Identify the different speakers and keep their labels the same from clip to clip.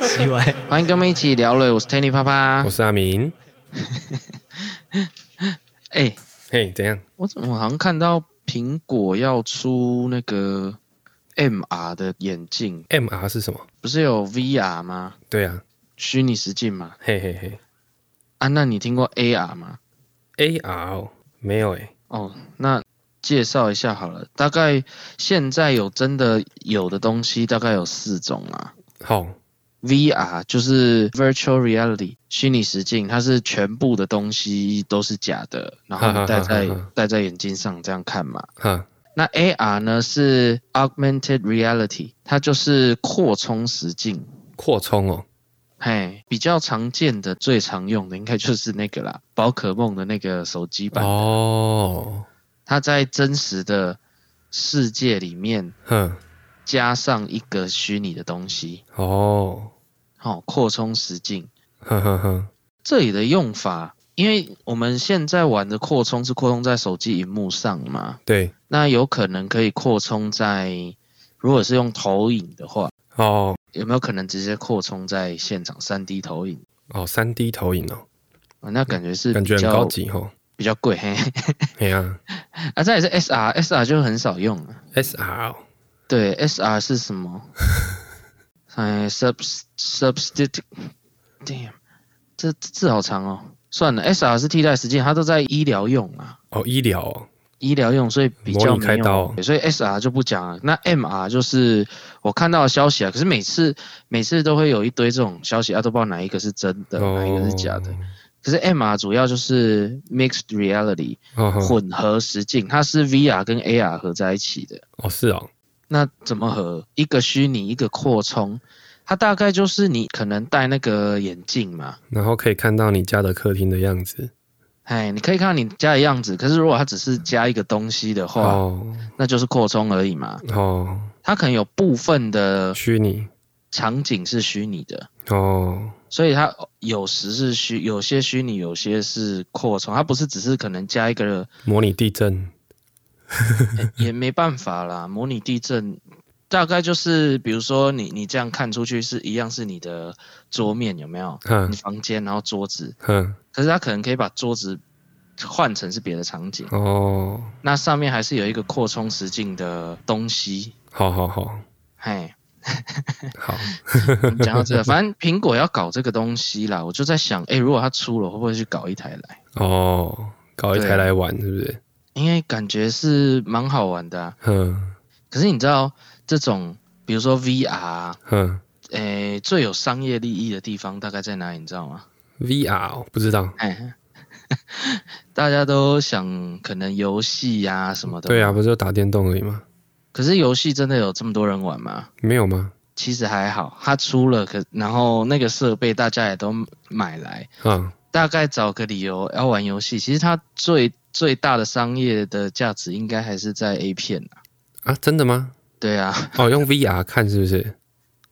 Speaker 1: 奇怪，
Speaker 2: 欢迎跟我们一起聊了，我是 Tiny 啪啪
Speaker 3: 我。是阿明。
Speaker 2: 哎、
Speaker 3: 嘿，怎样？
Speaker 2: 我怎么好像看到苹果要出那个 MR 的眼镜？
Speaker 3: MR 是什么？
Speaker 2: 不是有 VR 吗？
Speaker 3: 对啊，
Speaker 2: 虚拟实境吗？
Speaker 3: 嘿嘿嘿
Speaker 2: 啊，那你听过 AR 吗？
Speaker 3: ，AR 哦没有诶、
Speaker 2: 哦，那介绍一下好了。大概现在有真的有的东西大概有四种啊。
Speaker 3: 好，
Speaker 2: VR 就是 Virtual Reality 虚拟实境，它是全部的东西都是假的，然后你戴在戴在眼睛上这样看嘛。
Speaker 3: 哈，
Speaker 2: 那 AR 呢是 Augmented Reality，它就是扩充实境。
Speaker 3: 扩充哦，
Speaker 2: 嘿，比较常见的、最常用的应该就是那个啦，宝可梦的那个手机版，
Speaker 3: 哦，
Speaker 2: 它在真实的世界里面
Speaker 3: 哼，
Speaker 2: 加上一个虚拟的东西，
Speaker 3: 哦，
Speaker 2: 好、扩充实境。
Speaker 3: 哼哼哼，
Speaker 2: 这里的用法，因为我们现在玩的扩充是扩充在手机荧幕上嘛，
Speaker 3: 对，
Speaker 2: 那有可能可以扩充在，如果是用投影的话，
Speaker 3: 哦
Speaker 2: 有没有可能直接扩充在现场三 D 投影？
Speaker 3: 哦，三 D 投影哦，
Speaker 2: 啊，那感觉是
Speaker 3: 感觉
Speaker 2: 比较
Speaker 3: 很高，级哦。
Speaker 2: 比较贵。 嘿，
Speaker 3: 哎呀
Speaker 2: 啊，这也是 SR，SR 就很少用了。
Speaker 3: ，SR 哦
Speaker 2: 对，SR 是什么？哎，sub substitute，damn，这这字好长哦。算了，SR 是替代实际，它都在医疗用啊，
Speaker 3: 哦，医疗哦，
Speaker 2: 医疗用，所以比较
Speaker 3: 模拟
Speaker 2: 没
Speaker 3: 开
Speaker 2: 有
Speaker 3: 刀
Speaker 2: 所以 SR 就不讲了。那 MR 就是我看到的消息啊，可是每次每次都会有一堆这种消息啊，都不知道哪一个是真的，
Speaker 3: 哦
Speaker 2: 哪一个是假的。可是 MR 主要就是 mixed reality
Speaker 3: 哦，哦
Speaker 2: 混合实境，它是 VR 跟 AR 合在一起的。
Speaker 3: 哦是哦，
Speaker 2: 那怎么合？一个虚拟，一个扩充，它大概就是你可能戴那个眼镜嘛，
Speaker 3: 然后可以看到你家的客厅的样子。
Speaker 2: 哎，你可以看到你家的样子，可是如果它只是加一个东西的话，
Speaker 3: 哦
Speaker 2: 那就是扩充而已嘛。
Speaker 3: 哦，
Speaker 2: 它可能有部分的
Speaker 3: 虚拟
Speaker 2: 场景是虚拟的，
Speaker 3: 哦，
Speaker 2: 所以它有时是虚，有些虚拟，有些是扩充，它不是只是可能加一个，
Speaker 3: 模拟地震。
Speaker 2: 哎也没办法啦，模拟地震。大概就是，比如说你你这样看出去是一样是你的桌面有没有？
Speaker 3: 哼
Speaker 2: 你房间，然后桌子，
Speaker 3: 哼
Speaker 2: 可是他可能可以把桌子换成是别的场景，
Speaker 3: 哦，
Speaker 2: 那上面还是有一个扩充实境的东西。
Speaker 3: 好好好
Speaker 2: 嘿，
Speaker 3: 好，
Speaker 2: 讲到这 个，反正苹果要搞这个东西啦，我就在想，诶，如果它出了，会不会去搞一台来？
Speaker 3: 哦，搞一
Speaker 2: 对
Speaker 3: 台来玩是不是？
Speaker 2: 因为感觉是蛮好玩的、啊。
Speaker 3: 哼
Speaker 2: 可是你知道这种，比如说 VR，
Speaker 3: 哼
Speaker 2: 诶、最有商业利益的地方大概在哪里？你知道吗？
Speaker 3: ，VR 哦不知道。
Speaker 2: 哎， 大家都想可能游戏呀什么的。
Speaker 3: 对啊，。不是就打电动而已吗？
Speaker 2: 可是游戏真的有这么多人玩吗？
Speaker 3: 没有吗？
Speaker 2: 其实还好，它出了可，然后那个设备大家也都买来，
Speaker 3: 嗯，
Speaker 2: 大概找个理由要玩游戏。其实它最最大的商业的价值应该还是在 A 片啊。
Speaker 3: 啊，真的吗？
Speaker 2: 对啊，
Speaker 3: 哦，用 VR 看是不是？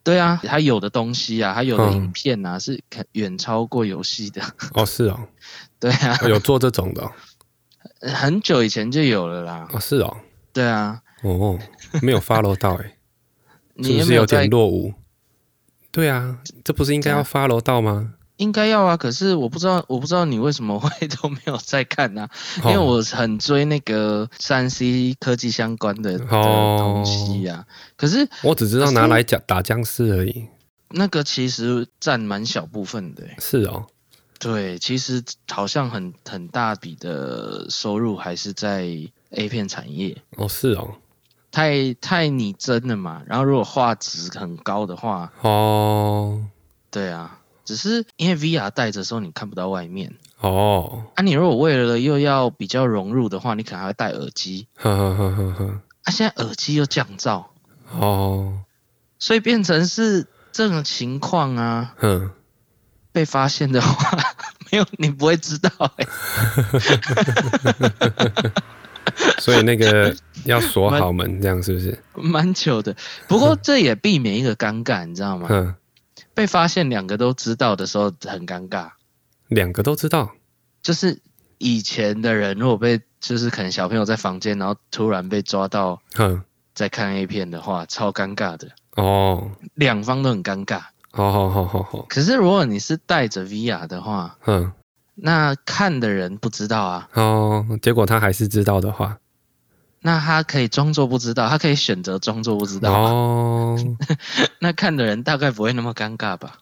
Speaker 2: 对啊，它有的东西啊，它有的
Speaker 3: 嗯
Speaker 2: 影片啊，是可远超过游戏的。
Speaker 3: 哦，是哦，
Speaker 2: 对啊，
Speaker 3: 哦有做这种的哦，
Speaker 2: 很久以前就有了啦。
Speaker 3: 哦是哦，
Speaker 2: 对啊，
Speaker 3: 哦，没有 follow 到哎，
Speaker 2: 你
Speaker 3: 是不
Speaker 2: 也
Speaker 3: 是
Speaker 2: 没有
Speaker 3: 有
Speaker 2: 在
Speaker 3: 点，落伍？对啊，这不是应该要 follow 到吗？
Speaker 2: 应该要啊。可是我不知道，我不知道你为什么会都没有在看啊，因为
Speaker 3: 哦
Speaker 2: 我很追那个三 C 科技相关的的
Speaker 3: 哦
Speaker 2: 东西呀、啊。可是
Speaker 3: 我只知道拿来讲打僵尸而已。
Speaker 2: 那个其实占蛮小部分的欸，
Speaker 3: 是哦，
Speaker 2: 对，其实好像很很大笔的收入还是在 A 片产业，
Speaker 3: 哦是哦，
Speaker 2: 太太拟真了嘛。然后如果画质很高的话，
Speaker 3: 哦
Speaker 2: 对啊，只是因为 VR 戴着的时候你看不到外面
Speaker 3: 哦，
Speaker 2: 啊，你如果为了又要比较融入的话，你可能还会戴耳机
Speaker 3: 呵呵呵呵呵，
Speaker 2: 啊，现在耳机又降噪，
Speaker 3: 哦，
Speaker 2: 所以变成是这种情况啊。
Speaker 3: 哼，
Speaker 2: 被发现的话， 没有你不会知道、欸。
Speaker 3: 所以那个要锁好门，这样是 不是？
Speaker 2: 蛮糗的。不过这也避免一个尴尬，你知道吗？
Speaker 3: 哼，
Speaker 2: 被发现两个都知道的时候很尴尬，
Speaker 3: 两个都知道。
Speaker 2: 就是以前的人如果被就是可能小朋友在房间，然后突然被抓到
Speaker 3: 哼，
Speaker 2: 在看 A 片的话，超尴尬的。
Speaker 3: 哦，
Speaker 2: 两方都很尴尬。
Speaker 3: 好好好好好，
Speaker 2: 可是如果你是带着 VR 的话，
Speaker 3: 嗯，
Speaker 2: 那看的人不知道啊，
Speaker 3: 哦，结果他还是知道的话，
Speaker 2: 那他可以装作不知道，他可以选择装作不知道啊、
Speaker 3: 哦，
Speaker 2: 那看的人大概不会那么尴尬吧？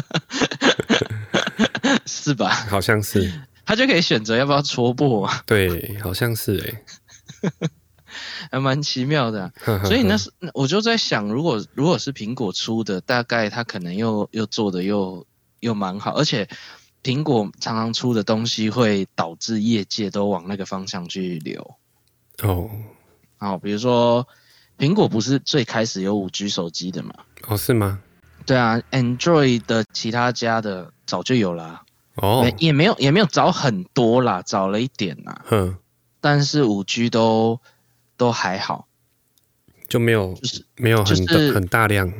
Speaker 2: 是吧？
Speaker 3: 好像 是，
Speaker 2: 他就可以选择要不要戳破啊，
Speaker 3: 对，好像是哎、
Speaker 2: 还蛮奇妙的啊、
Speaker 3: 呵呵呵
Speaker 2: 所 以那是我就在想，如果如果是苹果出的，大概它可能又又做的又又蛮好，而且苹果常常出的东西会导致业界都往那个方向去流。
Speaker 3: 哦
Speaker 2: 好，比如说苹果不是最开始有五 G 手机的嘛？
Speaker 3: 哦是吗？
Speaker 2: 对啊，Android 的其他家的早就有啦，
Speaker 3: 哦
Speaker 2: 没，也没有也没有早很多啦，早了一点啦，
Speaker 3: 哼，
Speaker 2: 但是五 G 都都还好。
Speaker 3: 就没有
Speaker 2: 就是
Speaker 3: 没有很大
Speaker 2: 就是
Speaker 3: 很大量，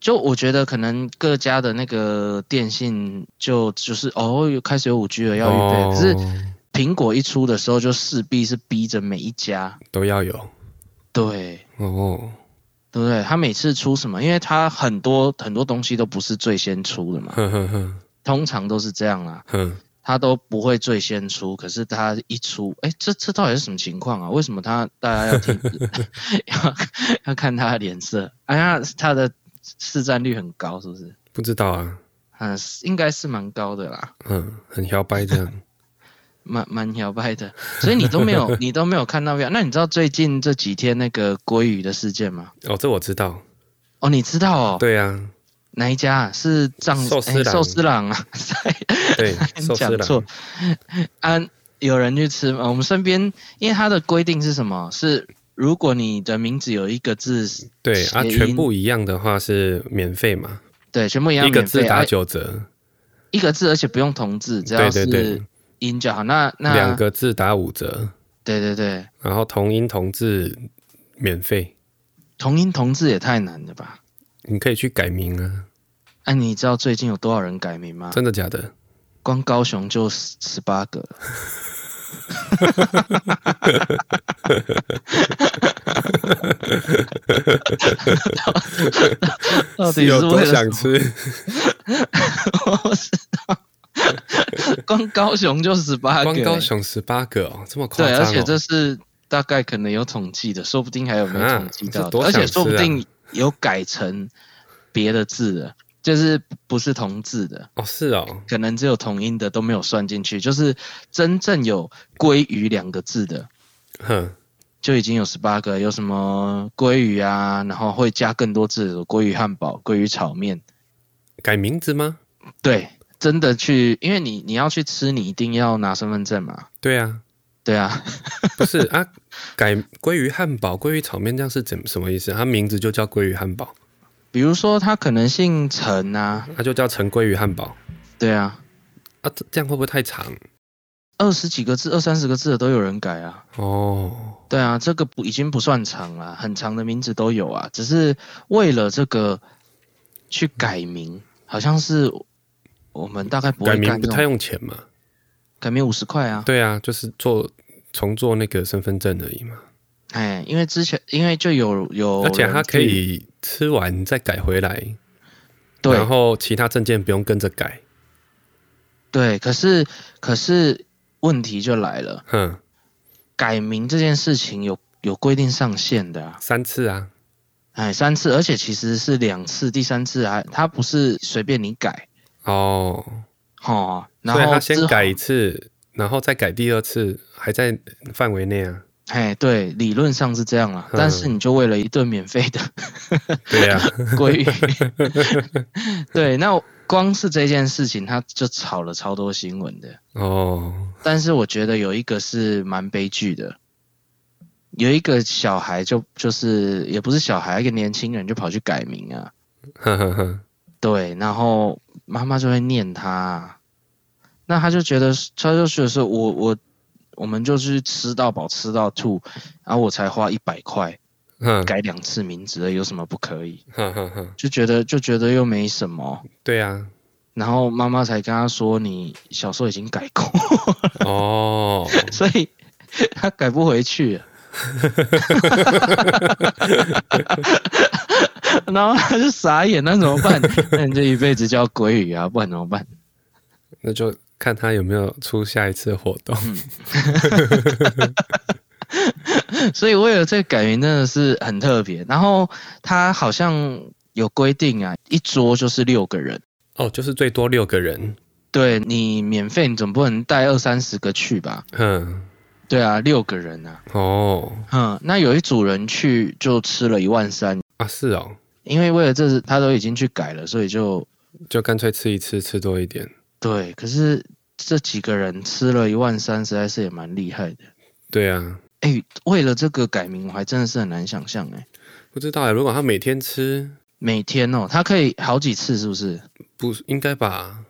Speaker 2: 就我觉得可能各家的那个电信就就是哦，有开始有五 G 了要预备了，
Speaker 3: 哦
Speaker 2: 可是苹果一出的时候就势必是逼着每一家，
Speaker 3: 都要有
Speaker 2: 对
Speaker 3: 哦，
Speaker 2: 对不对？他每次出什么，因为他很多很多东西都不是最先出的嘛，
Speaker 3: 哼哼哼
Speaker 2: 通常都是这样啦，
Speaker 3: 哼，
Speaker 2: 他都不会最先出，可是他一出，哎，这这到底是什么情况啊？为什么他大家要听 要要看他的脸色？哎、呀，他的市占率很高，是不是？
Speaker 3: 不知道啊，
Speaker 2: 嗯，应该是蛮高的啦。
Speaker 3: 嗯，很摇摆这样，
Speaker 2: 蛮蛮摇摆的，所以你都没 有你都没有看到 VR。那你知道最近这几天那个鲑鱼的事件吗？
Speaker 3: 哦，这我知道，
Speaker 2: 哦，你知道哦，
Speaker 3: 对啊，
Speaker 2: 哪一家、啊、是藏
Speaker 3: 寿司
Speaker 2: 哎
Speaker 3: 郎
Speaker 2: 寿司郎啊？
Speaker 3: 对，寿司
Speaker 2: 讲错
Speaker 3: 郎，
Speaker 2: 啊，有人去吃吗？我们身边，因为它的规定是什么？是如果你的名字有一个字，
Speaker 3: 对啊，
Speaker 2: 谐音
Speaker 3: 全部一样的话是免费嘛，
Speaker 2: 对，全部一样
Speaker 3: 一个
Speaker 2: 免
Speaker 3: 字
Speaker 2: 费，
Speaker 3: 打
Speaker 2: 啊
Speaker 3: 九折，
Speaker 2: 一个字，而且不用同字，只要
Speaker 3: 对对对
Speaker 2: 是，音就好。那那
Speaker 3: 两个字打五折，
Speaker 2: 对对对，
Speaker 3: 然后同音同字免费，
Speaker 2: 同音同字也太难了吧？
Speaker 3: 你可以去改名啊，
Speaker 2: 哎、你知道最近有多少人改名吗？
Speaker 3: 真的假的？
Speaker 2: 光高雄就十十八 个了。到底是
Speaker 3: 有多
Speaker 2: 为了什
Speaker 3: 想
Speaker 2: 么？
Speaker 3: 吃？
Speaker 2: 我不知道， 光高雄就十八个、
Speaker 3: 光高
Speaker 2: 欸，
Speaker 3: 雄十八个哦，这么夸
Speaker 2: 对，
Speaker 3: 张哦！
Speaker 2: 而且这是大概可能有统计的，说不定还有没
Speaker 3: 啊
Speaker 2: 统计
Speaker 3: 这
Speaker 2: 到的，
Speaker 3: 多
Speaker 2: 而且
Speaker 3: 想
Speaker 2: 说不
Speaker 3: 吃啊
Speaker 2: 定有改成别的字的，就是不是同字的。
Speaker 3: 哦是哦，
Speaker 2: 可能只有同音的都没有算进去，就是真正有“鲑鱼”两个字的，
Speaker 3: 哼，
Speaker 2: 就已经有十八个，有什么鲑鱼啊，然后会加更多字，有鲑鱼汉堡、鲑鱼炒面。
Speaker 3: 改名字吗？
Speaker 2: 对，真的去，因为你你要去吃，你一定要拿身份证嘛。
Speaker 3: 对啊，
Speaker 2: 对啊，
Speaker 3: 不 是啊，改鲑鱼汉堡、鲑鱼炒面这样是怎什么意思？它名字就叫鲑鱼汉堡，
Speaker 2: 比如说他可能姓陈啊，
Speaker 3: 它就叫陈鲑鱼汉堡
Speaker 2: 对啊，
Speaker 3: 啊，这这样会不会太长？
Speaker 2: 二十几个字、二三十个字的都有人改啊。
Speaker 3: 哦，
Speaker 2: 对啊，这个不已经不算长了，很长的名字都有啊，只是为了这个去改名，好像是我们大概不
Speaker 3: 改
Speaker 2: 会
Speaker 3: 名
Speaker 2: 干哦
Speaker 3: 不
Speaker 2: 这
Speaker 3: 太
Speaker 2: 种
Speaker 3: 用钱嘛？
Speaker 2: 改名五十块啊，
Speaker 3: 对啊，就是做重做那个身份证而已嘛，
Speaker 2: 哎，因为之前因为就有有
Speaker 3: 而且
Speaker 2: 人
Speaker 3: 它可
Speaker 2: 去
Speaker 3: 以吃完再改回来，
Speaker 2: 对
Speaker 3: 然后其他证件不用跟着改，
Speaker 2: 对，可是可是问题就来了，
Speaker 3: 哼，
Speaker 2: 改名这件事情有有规定上限的啊，
Speaker 3: 三次啊，
Speaker 2: 哎，三次，而且其实是两次，第三次还它不是随便你改，
Speaker 3: 哦，
Speaker 2: 哦，然
Speaker 3: 所以
Speaker 2: 后
Speaker 3: 他
Speaker 2: 之
Speaker 3: 先
Speaker 2: 后
Speaker 3: 改一次，然后再改第二次，还在范围内啊。
Speaker 2: 哎，对，理论上是这样啦，
Speaker 3: 嗯
Speaker 2: 但是你就为了一顿免费的
Speaker 3: 对 啊呀、
Speaker 2: 鲑鱼， 对，那光是这件事情，它就炒了超多新闻的。
Speaker 3: 哦，
Speaker 2: 但是我觉得有一个是蛮悲剧的，有一个小孩就就是也不是小孩，一个年轻人就跑去改名啊，
Speaker 3: 呵呵呵，
Speaker 2: 对，然后妈妈就会念他，啊那他就觉得，他就觉得说我我我们就是吃到饱吃到吐，然后我才花一百块。
Speaker 3: 哼
Speaker 2: 改两次名字了，有什么不可以？
Speaker 3: 呵呵呵，
Speaker 2: 就觉得就觉得又没什么。
Speaker 3: 对啊呀、
Speaker 2: 然后妈妈才跟他说：“你 小时候已经改过，
Speaker 3: 哦，
Speaker 2: 所以他改不回去了。然后他就傻眼，那怎么办？那你就一辈子叫鲑鱼啊，不然怎么办？
Speaker 3: 那就看他有没有出下一次活动。
Speaker 2: 嗯所以为了这个改名真的是很特别。然后他好像有规定啊，一桌就是六个人，
Speaker 3: 哦，就是最多六个人。
Speaker 2: 对你免费，你总不能带二三十个去吧？
Speaker 3: 嗯，
Speaker 2: 对啊，六个人啊，
Speaker 3: 哦，
Speaker 2: 嗯，那有一组人去就吃了一万三，
Speaker 3: 啊，是哦，
Speaker 2: 因为为了这次他都已经去改了，所以就
Speaker 3: 就干脆吃一次，吃多一点。
Speaker 2: 对。可是这几个人吃了一万三，实在是也蛮厉害的。
Speaker 3: 对啊，
Speaker 2: 哎、为了这个改名，我还真的是很难想象哎、
Speaker 3: 不知道哎，如果他每天吃，
Speaker 2: 每天哦，他可以好几次是不是？
Speaker 3: 不应该吧？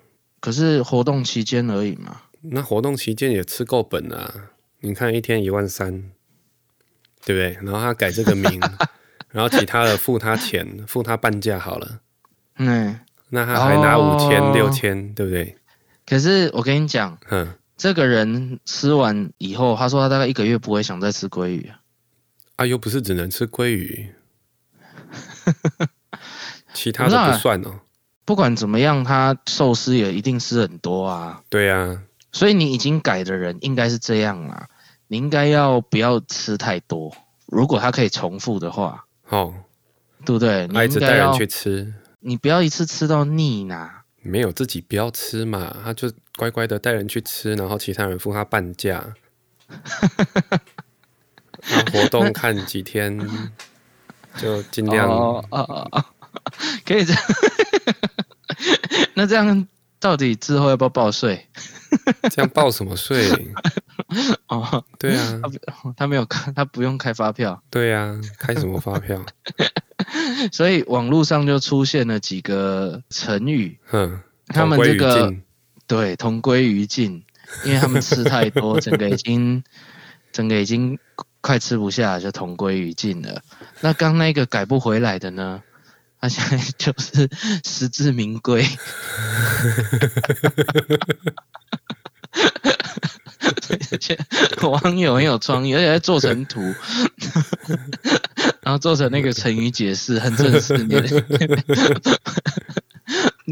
Speaker 2: 可是活动期间而已嘛。
Speaker 3: 那活动期间也吃够本了、啊，你看一天一万三，对不对？然后他改这 个名，然后其他的付他钱，付他半价好了。
Speaker 2: 嗯，
Speaker 3: 那他还拿五千、
Speaker 2: 哦
Speaker 3: 六千，对不对？
Speaker 2: 可是我跟你讲，
Speaker 3: 哼，
Speaker 2: 这个人吃完以后，他说他大概一个月不会想再吃鲑鱼啊。
Speaker 3: 啊，又不是只能吃鲑 鱼，其他
Speaker 2: 我知道
Speaker 3: 的不
Speaker 2: 了
Speaker 3: 算哦。
Speaker 2: 不管怎么样，他寿司也一定吃很多啊。
Speaker 3: 对啊，
Speaker 2: 所以你已经改的人应该是这样啦，你应该要不要吃太多？如果他可以重复的话，
Speaker 3: 哦，
Speaker 2: 对不对？你
Speaker 3: 他一直
Speaker 2: 应
Speaker 3: 带
Speaker 2: 该
Speaker 3: 人
Speaker 2: 要
Speaker 3: 去吃，
Speaker 2: 你不要一次吃到腻呐。
Speaker 3: 没有自己不要吃嘛，他就乖乖的带人去吃，然后其他人付他半 价。那活动看几天，就尽量、
Speaker 2: 哦哦哦哦， 可以这样。 那这样到底之后要不要报税？
Speaker 3: 这样报什么 税？
Speaker 2: 哦，
Speaker 3: 对啊，
Speaker 2: 他没有看，他不用开发票，
Speaker 3: 对啊，开什么发票？
Speaker 2: 所以网络上就出现了几个成语，
Speaker 3: 哼，
Speaker 2: 他们
Speaker 3: 同归
Speaker 2: 这
Speaker 3: 于
Speaker 2: 个
Speaker 3: 尽
Speaker 2: 对，同归于尽，因为他们吃太多，整个已经整个已经快吃不下了，就同归于尽了。那刚那个改不回来的呢？他现在就是实至名归。 而且网友很有创意，而且还做成图， 然后做成那个成语解释，很正式。你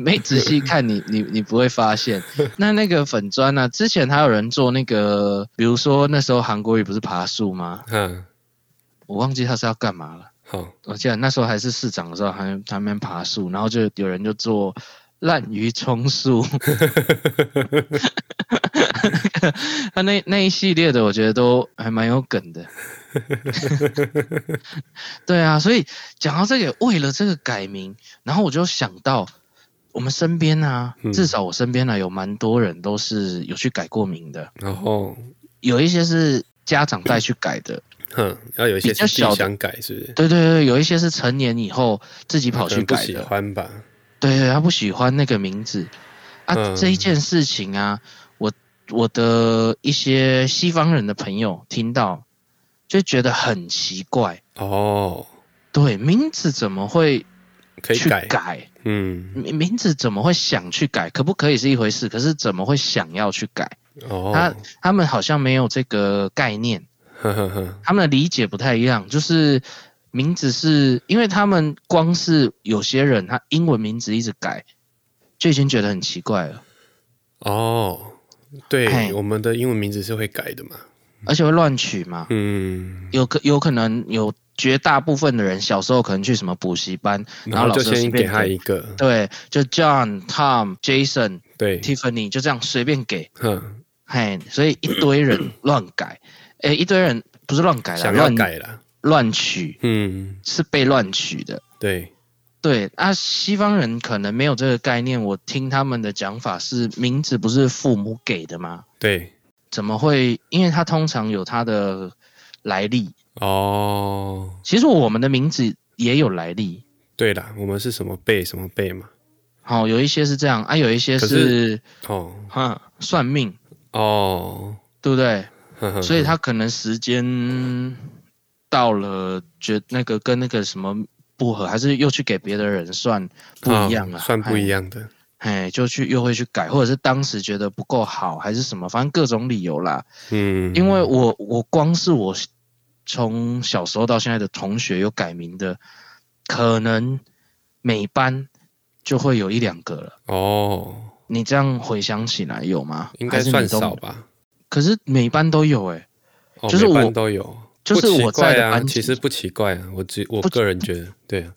Speaker 2: 没仔细看你，你你不会发现。那那个粉砖呢、啊？之前还有人做那个，比如说那时候韩国语不是爬树吗？
Speaker 3: 哼，
Speaker 2: 我忘记他是要干嘛了。
Speaker 3: 好，
Speaker 2: 我记得那时候还是市长的时候，还他们爬树，然后就有人就做滥竽充数， 他那那一系列的，我觉得都还蛮有梗的。 对啊，所以讲到这个，为了这个改名，然后我就想到我们身边啊，
Speaker 3: 嗯
Speaker 2: 至少我身边呢、有蛮多人都是有去改过名的，
Speaker 3: 然后
Speaker 2: 有一些是家长带去改的，
Speaker 3: 哼，要有一些
Speaker 2: 比
Speaker 3: 是
Speaker 2: 较
Speaker 3: 自
Speaker 2: 小
Speaker 3: 己
Speaker 2: 的
Speaker 3: 想改，是不是？
Speaker 2: 对对对，有一些是成年以后自己跑
Speaker 3: 啊可
Speaker 2: 去
Speaker 3: 能不
Speaker 2: 改
Speaker 3: 喜
Speaker 2: 的。
Speaker 3: 欢吧？
Speaker 2: 对对，他不喜欢那个名字啊。
Speaker 3: 嗯
Speaker 2: 这一件事情啊，我我的一些西方人的朋友听到，就觉得很奇怪，
Speaker 3: 哦，
Speaker 2: 对名字怎么会
Speaker 3: 可以
Speaker 2: 去
Speaker 3: 改，
Speaker 2: 改？
Speaker 3: 嗯，
Speaker 2: 名名字怎么会想去改？可不可以是一回事，可是怎么会想要去改？
Speaker 3: 哦，
Speaker 2: 他他们好像没有这个概念，
Speaker 3: 呵呵呵，
Speaker 2: 他们的理解不太一样，就是。名字是因为他们光是有些人他英文名字一直改，就已经觉得很奇怪了。
Speaker 3: 哦，
Speaker 2: 嘿哎
Speaker 3: 对，我们的英文名字是会改的嘛？
Speaker 2: 而且会乱取嘛。
Speaker 3: 嗯，
Speaker 2: 有可有可能有绝大部分的人小时候可能去什么补习班，
Speaker 3: 然
Speaker 2: 后
Speaker 3: 后
Speaker 2: 老
Speaker 3: 就
Speaker 2: 师就
Speaker 3: 先
Speaker 2: 随
Speaker 3: 给
Speaker 2: 便
Speaker 3: 他
Speaker 2: 给
Speaker 3: 一个，
Speaker 2: 对，就 John、Tom、Jason、
Speaker 3: 对，
Speaker 2: Tiffany 就这样随便给，
Speaker 3: 哼，
Speaker 2: 嘿，所以一堆 人乱改，诶，一堆人不是乱改啦，
Speaker 3: 想要
Speaker 2: 乱
Speaker 3: 改了，
Speaker 2: 乱取
Speaker 3: 嗯，
Speaker 2: 是被乱取的。
Speaker 3: 对，
Speaker 2: 对啊，西方人可能没有这个概念。我听他们的讲法是，名字不是父母给的吗？
Speaker 3: 对，
Speaker 2: 怎么会？因为他通常有他的来历。
Speaker 3: 哦，
Speaker 2: 其实我们的名字也有来历，
Speaker 3: 对啦，我们是什么贝什么贝嘛？
Speaker 2: 好、有一些是这样啊，有一些
Speaker 3: 可
Speaker 2: 是
Speaker 3: 哦，
Speaker 2: 哈算命，
Speaker 3: 哦，
Speaker 2: 对不对？
Speaker 3: 呵呵
Speaker 2: 所以
Speaker 3: 呵
Speaker 2: 他可能时间到了，觉那个跟那个什么不合，还是又去给别的人算不一样啊，
Speaker 3: 哦算不一
Speaker 2: 样，
Speaker 3: 样的，
Speaker 2: 哎，就去又会去改，或者是当时觉得不哎够好，还是什么，反正各种理由啦。
Speaker 3: 嗯，
Speaker 2: 因为我我光是我从小时候到现在的同学有改名的，可能每班就会有一两个了。
Speaker 3: 哦，
Speaker 2: 你这样回想起来有吗？
Speaker 3: 应该
Speaker 2: 还是你
Speaker 3: 算
Speaker 2: 都
Speaker 3: 少？吧？
Speaker 2: 可是每班都有哎、
Speaker 3: 哦，
Speaker 2: 就是
Speaker 3: 每班
Speaker 2: 我
Speaker 3: 都有，
Speaker 2: 就是
Speaker 3: 不奇
Speaker 2: 我在
Speaker 3: 怪
Speaker 2: 的
Speaker 3: 啊，
Speaker 2: 班
Speaker 3: 其
Speaker 2: 级
Speaker 3: 实不奇怪啊，我只我
Speaker 2: 不
Speaker 3: 个人觉得，对啊，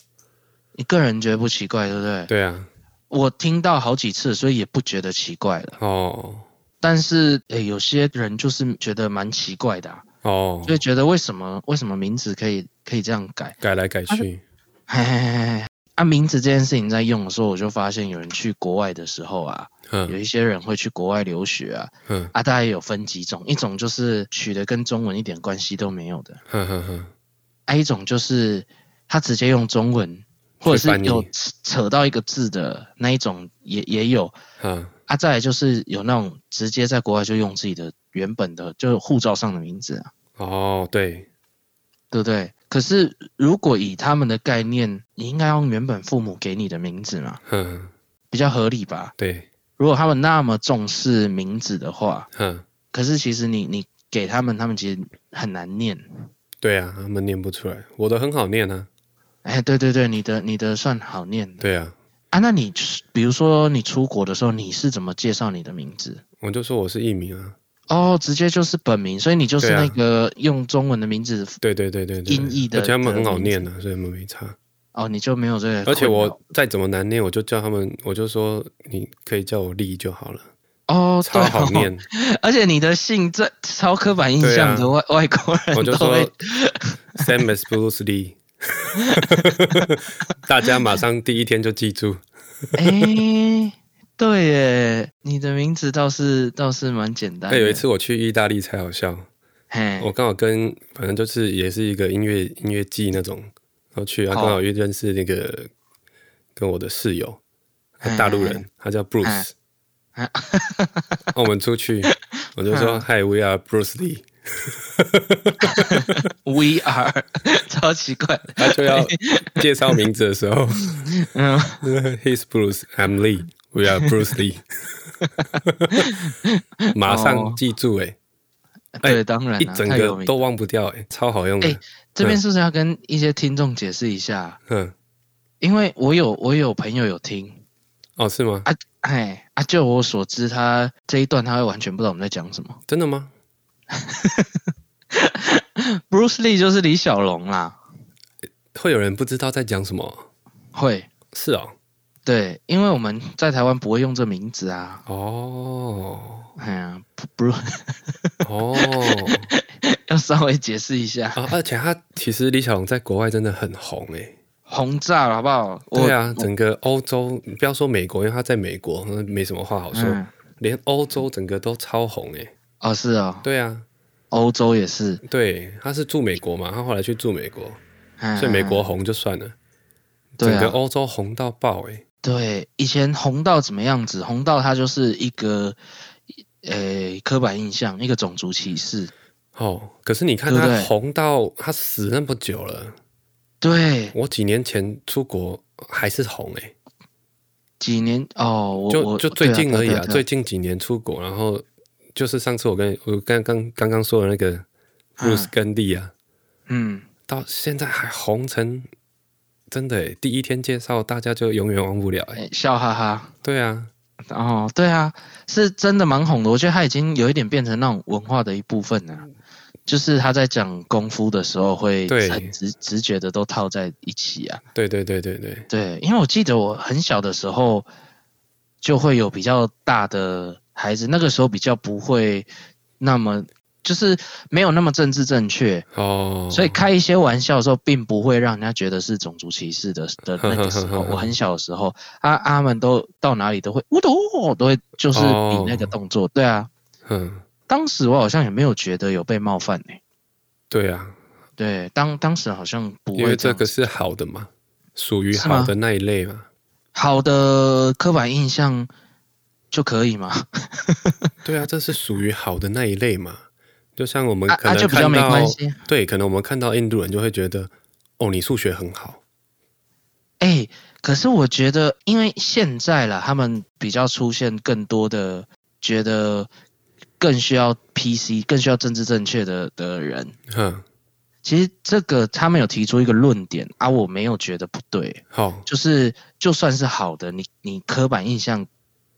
Speaker 2: 你个人觉得不奇怪，对不对？
Speaker 3: 对啊，
Speaker 2: 我听到好几次，所以也不觉得奇怪了。
Speaker 3: 哦
Speaker 2: 但是诶，有些人就是觉得蛮奇怪的、啊，
Speaker 3: 哦
Speaker 2: 就，会觉得为什么为什么名字可以可以这样改？
Speaker 3: 改来改去，
Speaker 2: 嘿嘿嘿嘿，啊，名字这件事情在用的时候，我就发现有人去国外的时候啊，有
Speaker 3: 嗯
Speaker 2: 一些人会去国外留学啊，
Speaker 3: 嗯
Speaker 2: 啊，大概有分几种，一种就是取的跟中文一点关系都没有的，
Speaker 3: 哼哼哼，
Speaker 2: 啊，一种就是他直接用中文，或者
Speaker 3: 去翻
Speaker 2: 是
Speaker 3: 译
Speaker 2: 有扯扯到一个字的那一种也也有，
Speaker 3: 嗯
Speaker 2: 啊，再来就是有那种直接在国外就用自己的原本的，就是护照上的名字啊，
Speaker 3: 哦，对，
Speaker 2: 对不对？可是如果以他们的概念，你应该用原本父母给你的名字嘛，
Speaker 3: 哼
Speaker 2: 比较合理吧？
Speaker 3: 对，
Speaker 2: 如果他们那么重视名字的话，
Speaker 3: 哼
Speaker 2: 可是其实你你给他们，他们其实很难念。
Speaker 3: 对啊，他们念不出来，我的很好念啊，
Speaker 2: 哎，对对对，你的你的算好念的
Speaker 3: 对啊，
Speaker 2: 啊。那你比如说你出国的时候，你是怎么介绍你的名字？
Speaker 3: 我就说我是艺名啊，
Speaker 2: 哦，直接就是本名，所以你就是
Speaker 3: 对啊
Speaker 2: 那个用中文的名字
Speaker 3: 对对对对对，
Speaker 2: 音译的
Speaker 3: 而且他们很好
Speaker 2: 的名字
Speaker 3: 念啊，所以他们没差。
Speaker 2: 哦，你就没有这个困扰。
Speaker 3: 而且我再怎么难念，我就叫他们，我就说你可以叫我丽就好了，
Speaker 2: 哦，
Speaker 3: 超
Speaker 2: 对
Speaker 3: 好
Speaker 2: 哦
Speaker 3: 念。
Speaker 2: 而且你的姓这超刻板印
Speaker 3: 对啊
Speaker 2: 象的外、外国人
Speaker 3: 我就
Speaker 2: 都
Speaker 3: 说
Speaker 2: 会
Speaker 3: Sam is Bruce Lee，大家马上第一天就记 住。
Speaker 2: 哎、对耶，你的名字倒是倒是蛮简单
Speaker 3: 那、
Speaker 2: 的。
Speaker 3: 有一，次我去意大利才好笑，
Speaker 2: 嘿，
Speaker 3: 我刚好跟反正就是也是一个音乐音乐季那种，然后去，啊，
Speaker 2: 哦
Speaker 3: 刚好又认识那个跟我的室友，
Speaker 2: 嗯
Speaker 3: 大陆人，他叫 Bruce。那我们 出去，我就
Speaker 2: 嗯
Speaker 3: 说 Hi，we are Bruce Lee。
Speaker 2: We are 超奇怪，
Speaker 3: 他就要介绍名字的时候，
Speaker 2: 嗯，
Speaker 3: He's Bruce. I'm Lee. We are Bruce Lee. 马上记住哎、哎
Speaker 2: 对，当然
Speaker 3: 一
Speaker 2: 啦、
Speaker 3: 整
Speaker 2: 哦嗯太有
Speaker 3: 个
Speaker 2: 名
Speaker 3: 都。忘不掉哎、超好用的。
Speaker 2: 哎这边是不是要跟一些听众解释一下？
Speaker 3: 嗯，
Speaker 2: 因为我有我有朋友有听，
Speaker 3: 哦，是吗？
Speaker 2: 哎啊，就我所知，他这一段他会完全不知道我们在讲什么。
Speaker 3: 真的吗？
Speaker 2: Bruce Lee 就是李小龙啦，
Speaker 3: 会有人不知道在讲什么？
Speaker 2: 会
Speaker 3: 是哦，
Speaker 2: 对，因为我们在台湾不会用这名字啊，
Speaker 3: 哦，
Speaker 2: 哎呀，Bruce
Speaker 3: 哦，
Speaker 2: 要稍微解释一下，
Speaker 3: 啊！而且他其实李小龙在国外真的很红哎、
Speaker 2: 轰炸了好不好？我
Speaker 3: 对啊，整个欧洲，不要说美国，因为他在美国嗯没什么话好说，
Speaker 2: 嗯，
Speaker 3: 连欧洲整个都超红哎、
Speaker 2: 哦是哦，
Speaker 3: 对啊，
Speaker 2: 欧洲也是，
Speaker 3: 对，他是住美国嘛，他后来去住美国，
Speaker 2: 嗯
Speaker 3: 所以美国红就算了，
Speaker 2: 对
Speaker 3: 整个
Speaker 2: 啊，
Speaker 3: 欧洲红到爆哎、欸，
Speaker 2: 对，以前红到怎么样子？红到它就是一个。呃，刻板印象，一个种族歧视，
Speaker 3: 哦，可是你看
Speaker 2: 对不
Speaker 3: 他
Speaker 2: 对
Speaker 3: 红到他死那么久了，
Speaker 2: 对，
Speaker 3: 我几年前出国还是红哎、欸，
Speaker 2: 几年哦，我
Speaker 3: 就
Speaker 2: 我
Speaker 3: 就最近而已
Speaker 2: 对
Speaker 3: 啊，
Speaker 2: 啊，对
Speaker 3: 最近几年出国，然后就是上次我跟我刚刚刚刚说的那个 Bruce 跟利啊，
Speaker 2: 嗯，
Speaker 3: 到现在还红成。真的欸，第一天介绍大家就永远忘不了哎。
Speaker 2: 哎笑哈哈，
Speaker 3: 对啊，
Speaker 2: 哦，对啊，是真的蛮红的。我觉得他已经有一点变成那种文化的一部分了、就是他在讲功夫的时候，会
Speaker 3: 对
Speaker 2: 很直直觉的都套在一起啊。
Speaker 3: 对对对对对，
Speaker 2: 对，因为我记得我很小的时候，就会有比较大的孩子，那个时候比较不会那么，就是没有那么政治正确，
Speaker 3: 哦，
Speaker 2: 所以开一些玩笑的时候，并不会让人家觉得是种族歧视的的那个 时候。我很小的时候，啊，啊他们都到哪里都会，我哦都都会就是比那个动作。对啊，
Speaker 3: 嗯，
Speaker 2: 当时我好像也没有觉得有被冒犯呢、
Speaker 3: 对啊，
Speaker 2: 对，当当时好像不
Speaker 3: 因为
Speaker 2: 会这
Speaker 3: 这
Speaker 2: 样
Speaker 3: 个是好的嘛，属于
Speaker 2: 是吗
Speaker 3: 好的那一类嘛。
Speaker 2: 好的刻板印象就可以嘛？
Speaker 3: 对啊，这是属于好的那一类嘛。就像我们
Speaker 2: 啊
Speaker 3: 可
Speaker 2: 啊，
Speaker 3: 能
Speaker 2: 就比较
Speaker 3: 看
Speaker 2: 没
Speaker 3: 到，
Speaker 2: 关系。
Speaker 3: 对，可能我们看到印度人就会觉得，哦，你数学很好，
Speaker 2: 哎、可是我觉得，因为现在啦，他们比较出现更多的觉得更需要 PC、更需要政治正确的的人，
Speaker 3: 哼，
Speaker 2: 其实这个他们有提出一个论点啊，我没有觉得不对，
Speaker 3: 好，
Speaker 2: 就是就算是好的，你你刻板印象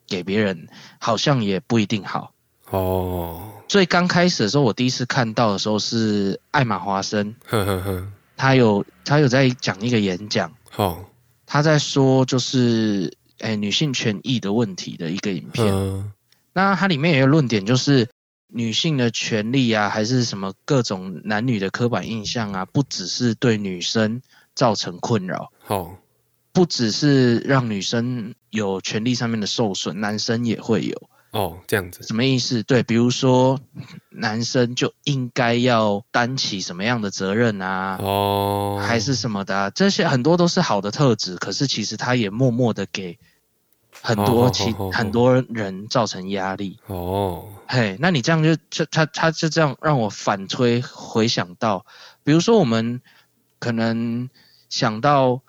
Speaker 2: 给别人，好像也不一定好。
Speaker 3: 哦，
Speaker 2: 所以刚开始的时候，我第一次看到的时候是艾玛华森，
Speaker 3: 哼哼哼，
Speaker 2: 他有他有在讲一个演讲，
Speaker 3: 好，
Speaker 2: 他在说就是诶、女性权益的问题的一个影片。
Speaker 3: 嗯，
Speaker 2: 那它里面有一个论点就是。女性的权利啊，还是什么各种男女的刻板印象啊，不只是对女生造成困扰，
Speaker 3: 好，
Speaker 2: 不只是让女生有权利上面的受损，男生也会有。
Speaker 3: 哦，这样子，
Speaker 2: 什么意思？对，比如说男生就应该要担起什么样的责任啊，
Speaker 3: 哦，
Speaker 2: 还是什么的、啊，这些很多都是好的特质，可是其实他也默默的给很
Speaker 3: 哦
Speaker 2: 多其
Speaker 3: 哦哦哦
Speaker 2: 很多人造成压力。
Speaker 3: 哦，
Speaker 2: 嘿，那你这样就就他他就这样让我反推回想到，比如说我们可能想到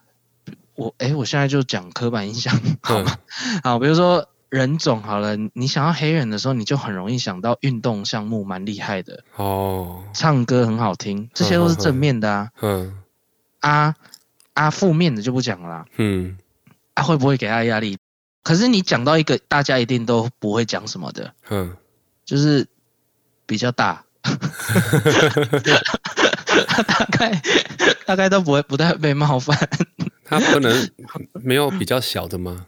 Speaker 2: 我诶，我现在就讲刻板印象 好
Speaker 3: 嗯
Speaker 2: 吗？好，比如说人种好了，你想到黑人的时候，你就很容易想到运动项目蛮厉害的，
Speaker 3: 哦，
Speaker 2: 唱歌很好听，这些都是正面的啊
Speaker 3: 嗯
Speaker 2: 啊啊，负面的就不讲了啦，
Speaker 3: 嗯，
Speaker 2: 啊会不会给他压力？可是你讲到一个大家一定都不会讲什么的，
Speaker 3: 嗯，
Speaker 2: 就是比较大，大概大概都不会不太会被冒犯，
Speaker 3: 他 不能没有比较小的吗？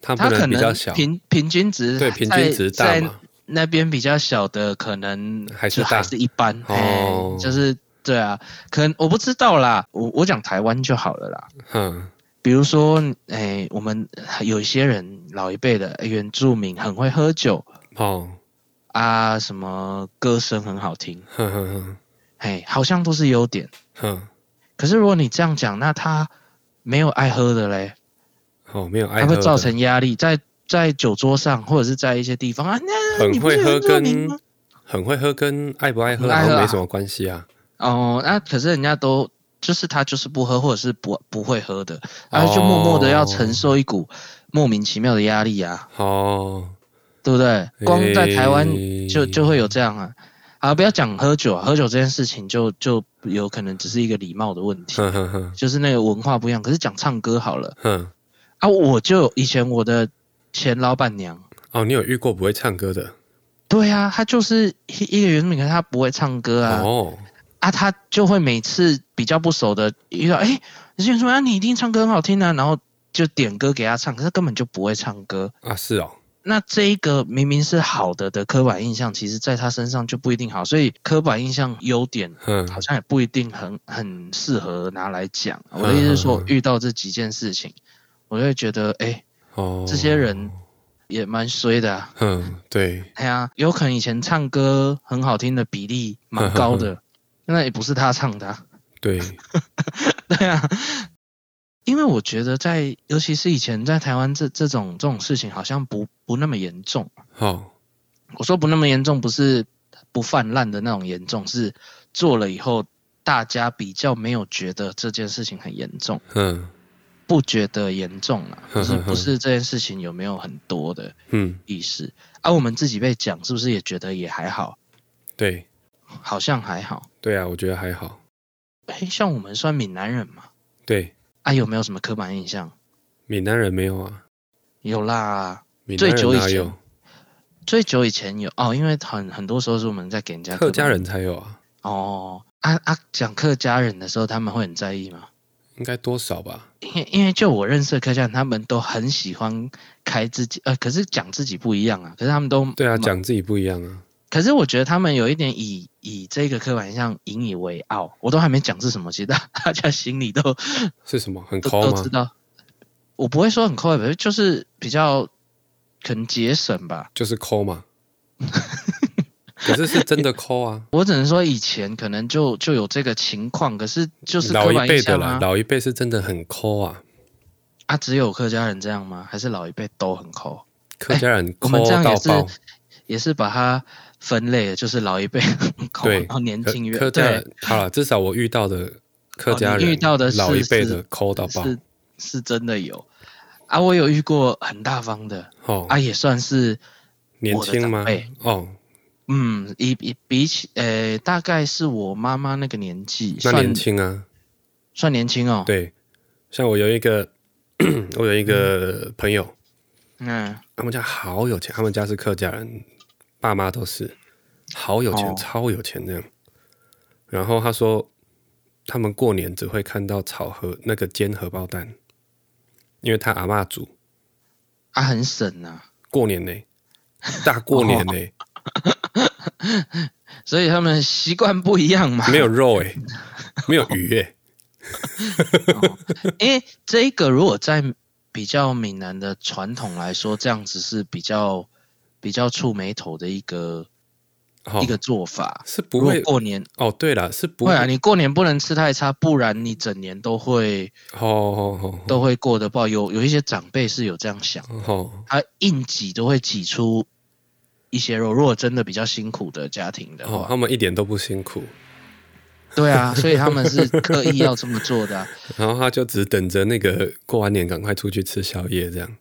Speaker 3: 他不
Speaker 2: 他可
Speaker 3: 比较
Speaker 2: 能
Speaker 3: 小，
Speaker 2: 平平均值
Speaker 3: 对，平均值大
Speaker 2: 在在
Speaker 3: 嘛，
Speaker 2: 那边比较小的可能
Speaker 3: 还是
Speaker 2: 就
Speaker 3: 大
Speaker 2: 还是一般
Speaker 3: 哦
Speaker 2: 哎就是对啊，可能我不知道啦，我我讲台湾就好了啦。
Speaker 3: 哼，
Speaker 2: 比如说，哎、我们有一些人老一辈的哎原住民很会喝酒
Speaker 3: 哦，
Speaker 2: 啊，什么歌声很好听，
Speaker 3: 哼哼哼
Speaker 2: 哎，好像都是优点。
Speaker 3: 哼，
Speaker 2: 可是如果你这样讲，那他没有爱喝的嘞，
Speaker 3: 哦，没有爱
Speaker 2: 他
Speaker 3: 喝
Speaker 2: 会
Speaker 3: 的，
Speaker 2: 造成压力，在在酒桌上或者是在一些地方啊，那
Speaker 3: 很
Speaker 2: 你不是
Speaker 3: 会喝
Speaker 2: 原住民
Speaker 3: 跟
Speaker 2: 吗
Speaker 3: 很会喝跟爱不爱喝
Speaker 2: 很爱喝
Speaker 3: 好像没
Speaker 2: 啊
Speaker 3: 什么关系啊，
Speaker 2: 哦，那可是人家都就是他就是不喝或者是不不会喝的，然后就默默的要承受一股莫名其妙的压力啊，
Speaker 3: 哦，哎
Speaker 2: 对不对？光在台湾
Speaker 3: 诶
Speaker 2: 就就会有这样啊。啊，不要讲喝酒啊，喝酒这件事情就就有可能只是一个礼貌的问题，
Speaker 3: 哼哼哼
Speaker 2: 就是那个文化不一样。可是讲唱歌好了。
Speaker 3: 哼，
Speaker 2: 啊，我就以前我的前老板娘，
Speaker 3: 哦，你有遇过不会唱歌的？
Speaker 2: 对啊，她就是一一个原住民，可是她不会唱歌啊，
Speaker 3: 哦，
Speaker 2: 啊，她就会每次比较不熟的遇到，哎、你就说啊，你一定唱歌很好听啊，然后就点歌给她唱，可是根本就不会唱歌。
Speaker 3: 啊，是哦，
Speaker 2: 那这一个明明是好的的刻板印象，其实在她身上就不一定好，所以刻板印象优点
Speaker 3: 哼，
Speaker 2: 好像也不一定很很适合拿来讲。我的意思是说，遇到这几件事情，我就会觉得，哎、
Speaker 3: 哦，
Speaker 2: 这些人也蛮衰的、啊。
Speaker 3: 哼，对，
Speaker 2: 哎呀，有可能以前唱歌很好听的比例蛮高的，那也不是他唱的、啊，
Speaker 3: 对，
Speaker 2: 对啊。因为我觉得在，尤其是以前在台湾这这种这种事情，好像不不那么严重。
Speaker 3: 好，
Speaker 2: 我说不那么严重，不是不泛滥的那种严重，是做了以后大家比较没有觉得这件事情很严重，
Speaker 3: 嗯
Speaker 2: 不觉得严重了，
Speaker 3: 哼
Speaker 2: 不是
Speaker 3: 哼哼
Speaker 2: 不是这件事情有没有很多的
Speaker 3: 嗯，
Speaker 2: 意识，而、我们自己被讲，是不是也觉得也还好，
Speaker 3: 对，
Speaker 2: 好像还好。
Speaker 3: 对啊，我觉得还好，
Speaker 2: 哎，像我们算闽南人嘛，
Speaker 3: 对，
Speaker 2: 啊，有没有什么刻板印象？
Speaker 3: 闽南人没有啊，
Speaker 2: 有啦，
Speaker 3: 闽
Speaker 2: 最
Speaker 3: 南人
Speaker 2: 久以
Speaker 3: 哪
Speaker 2: 前
Speaker 3: 有？
Speaker 2: 最久以前有哦，因为很很多时候是我们在给人家
Speaker 3: 客家
Speaker 2: 刻
Speaker 3: 人才有啊，
Speaker 2: 板哦，啊啊，讲客家人的时候，他们会很在意吗？
Speaker 3: 应该多少吧？
Speaker 2: 因为因为就我认识的客家人，他们都很喜欢开自己，呃，可是讲自己不一样啊，可是他们都
Speaker 3: 对啊，，讲自己不一样啊，
Speaker 2: 可是我觉得他们有一点以以这个刻板印象引以为傲，我都还没讲是什么，其实大大家心里都
Speaker 3: 是什么？很
Speaker 2: 都
Speaker 3: 抠
Speaker 2: 都
Speaker 3: 吗
Speaker 2: 知？道。我不会说很抠，就是比较可能节省吧。
Speaker 3: 就是 抠嘛。可是是真的抠啊，
Speaker 2: 我只能说以前可能就就有这个情况，可是就是
Speaker 3: 老
Speaker 2: 刻
Speaker 3: 一
Speaker 2: 板
Speaker 3: 辈
Speaker 2: 印
Speaker 3: 的
Speaker 2: 象
Speaker 3: 啦
Speaker 2: 啊，
Speaker 3: 老一辈是真的很抠啊，
Speaker 2: 啊，只有客家人这样吗？还是老一辈都很抠？
Speaker 3: 客家人
Speaker 2: 哎我
Speaker 3: 抠
Speaker 2: 们这样
Speaker 3: 到
Speaker 2: 也是
Speaker 3: 爆，
Speaker 2: 也是把它分类了，就是老一辈 很抠，
Speaker 3: 对
Speaker 2: 然后年轻
Speaker 3: 客
Speaker 2: 越
Speaker 3: 客家
Speaker 2: 对
Speaker 3: 人好了，至少我遇到的客家
Speaker 2: 哦
Speaker 3: 人，
Speaker 2: 你遇到的是
Speaker 3: 老一辈
Speaker 2: 是
Speaker 3: 的抠到爆
Speaker 2: 是是真的有啊，我有遇过很大方的
Speaker 3: 哦，
Speaker 2: 啊，也算是
Speaker 3: 年轻
Speaker 2: 啊我的长
Speaker 3: 吗
Speaker 2: 辈？
Speaker 3: 哦，
Speaker 2: 嗯，以比比起呃，大概是我妈妈那个年纪，
Speaker 3: 那
Speaker 2: 算
Speaker 3: 年轻啊，
Speaker 2: 算年轻哦。
Speaker 3: 对，像我有一个，我有一个朋友，
Speaker 2: 嗯，
Speaker 3: 他们家好有钱，他们家是客家人，爸妈都是好有钱，
Speaker 2: 哦
Speaker 3: 超有钱这样。然后他说，他们过年只会看到炒荷那个煎荷包蛋，因为他阿嬷煮
Speaker 2: 啊，很省啊，
Speaker 3: 过年呢、大
Speaker 2: 哦
Speaker 3: 过年呢、
Speaker 2: 所以他们习惯不一样嘛。
Speaker 3: 没有肉哎、没有鱼哎、
Speaker 2: 因为这个如果在比较闽南的传统来说，这样子是比较比较触眉头的一个、
Speaker 3: 好
Speaker 2: 一个做法。
Speaker 3: 是
Speaker 2: 如
Speaker 3: 哦不
Speaker 2: 果
Speaker 3: 会
Speaker 2: 过年
Speaker 3: 哦，对了，是不
Speaker 2: 会啊，你过年不能吃太差，不然你整年都会
Speaker 3: 哦哦
Speaker 2: 都会过得不好。有有一些长辈是有这样想，
Speaker 3: 哦哦，
Speaker 2: 他硬挤都会挤出一些肉。如果真的比较辛苦的家庭的
Speaker 3: 哦
Speaker 2: 话，
Speaker 3: 他们一点都不辛苦，
Speaker 2: 对啊，所以他们是刻意要这么做的啊、
Speaker 3: 然后他就只等着那个过完年赶快出去吃宵夜这样。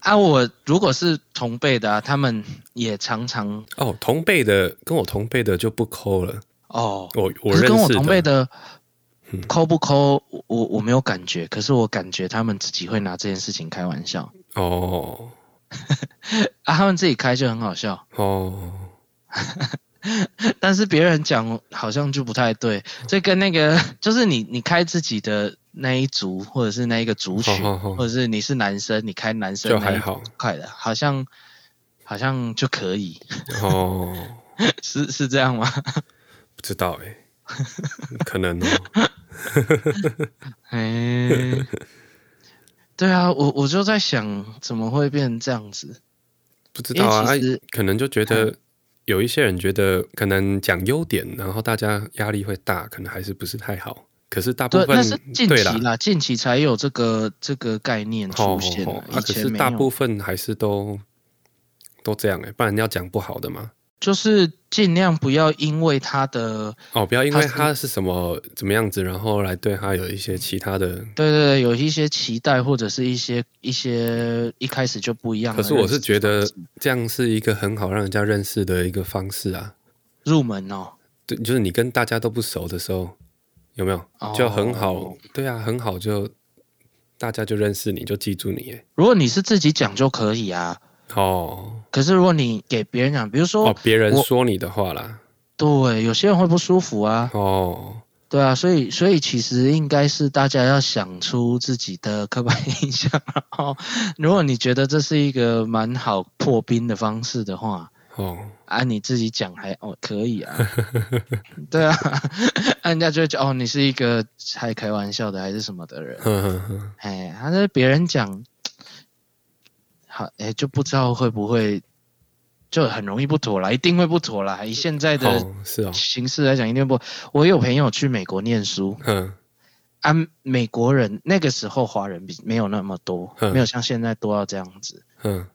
Speaker 2: 啊，我如果是同辈的、啊，他们也常常
Speaker 3: 哦，同辈的跟我同辈的就不抠了，
Speaker 2: 哦，
Speaker 3: 我我
Speaker 2: 可
Speaker 3: 认
Speaker 2: 是
Speaker 3: 识
Speaker 2: 跟我同辈的
Speaker 3: 嗯
Speaker 2: 抠不抠，我我我没有感觉，可是我感觉他们自己会拿这件事情开玩笑
Speaker 3: 哦
Speaker 2: 啊，他们自己开就很好笑，
Speaker 3: 哦
Speaker 2: 但是别人讲好像就不太对，这跟那个 就是你你开自己的那一族或者是那一个族群，
Speaker 3: 好好好
Speaker 2: 或者是你是男生，你开男生
Speaker 3: 就
Speaker 2: 那
Speaker 3: 还
Speaker 2: 一
Speaker 3: 好
Speaker 2: 块的，好像好像就可以，
Speaker 3: 哦，
Speaker 2: 是是这样吗？
Speaker 3: 不知 道哎，可能哦，
Speaker 2: 哎、 对啊，我我就在想，怎么会变成这样子？
Speaker 3: 不知道啊，
Speaker 2: 因为其实嗯
Speaker 3: 啊可能就觉得有一些人觉得可能讲优点，然后大家压力会大，可能还是不是太好。可是大部
Speaker 2: 对，
Speaker 3: 分
Speaker 2: 那是近
Speaker 3: 对
Speaker 2: 期
Speaker 3: 啦，
Speaker 2: 啦，近期才有这个这个概念
Speaker 3: 哦
Speaker 2: 出现啊、
Speaker 3: 哦啊，
Speaker 2: 以
Speaker 3: 可
Speaker 2: 前
Speaker 3: 是
Speaker 2: 没
Speaker 3: 大
Speaker 2: 有。
Speaker 3: 部分还是都都这样哎、不然要讲不好的嘛。
Speaker 2: 就是尽量不要因为他的，
Speaker 3: 哦，不要因为
Speaker 2: 他是
Speaker 3: 他是什么怎么样子，然后来对他有一些其他的。
Speaker 2: 对对对，有一些期待或者是一些一些一开始就不一样
Speaker 3: 可
Speaker 2: 的认
Speaker 3: 是
Speaker 2: 识
Speaker 3: 我
Speaker 2: 方式。
Speaker 3: 是觉得这样是一个很好让人家认识的一个方式啊。
Speaker 2: 入门哦，
Speaker 3: 对，就是你跟大家都不熟的时候，有没有
Speaker 2: 哦
Speaker 3: 就很好？对啊，很好就大家就认识你，就记住你耶。
Speaker 2: 如果你是自己讲就可以啊，
Speaker 3: 哦
Speaker 2: 可是如果你给别人讲，比如说，
Speaker 3: 哦，别人
Speaker 2: 我
Speaker 3: 说你的话啦。
Speaker 2: 对，有些人会不舒服啊，
Speaker 3: 哦，
Speaker 2: 对啊，所以所以其实应该是大家要想出自己的刻板 印象，然后如果你觉得这是一个蛮好破冰的方式的话，
Speaker 3: 哦，
Speaker 2: 啊，你自己讲还哦可以啊，对啊，啊人家就会觉得哦你是一个爱开玩笑的还是什么的人，
Speaker 3: 哼哼哼，
Speaker 2: 哎，他在别人讲，好哎就不知道会不会就很容易不妥啦，一定会不妥啦，以现在的
Speaker 3: 哦，是哦，
Speaker 2: 形式来讲一定不，我有朋友去美国念书。
Speaker 3: 嗯，
Speaker 2: 啊，美国人那个时候华人比没有那么多，
Speaker 3: 嗯
Speaker 2: 没有像现在多到这样子。
Speaker 3: 嗯，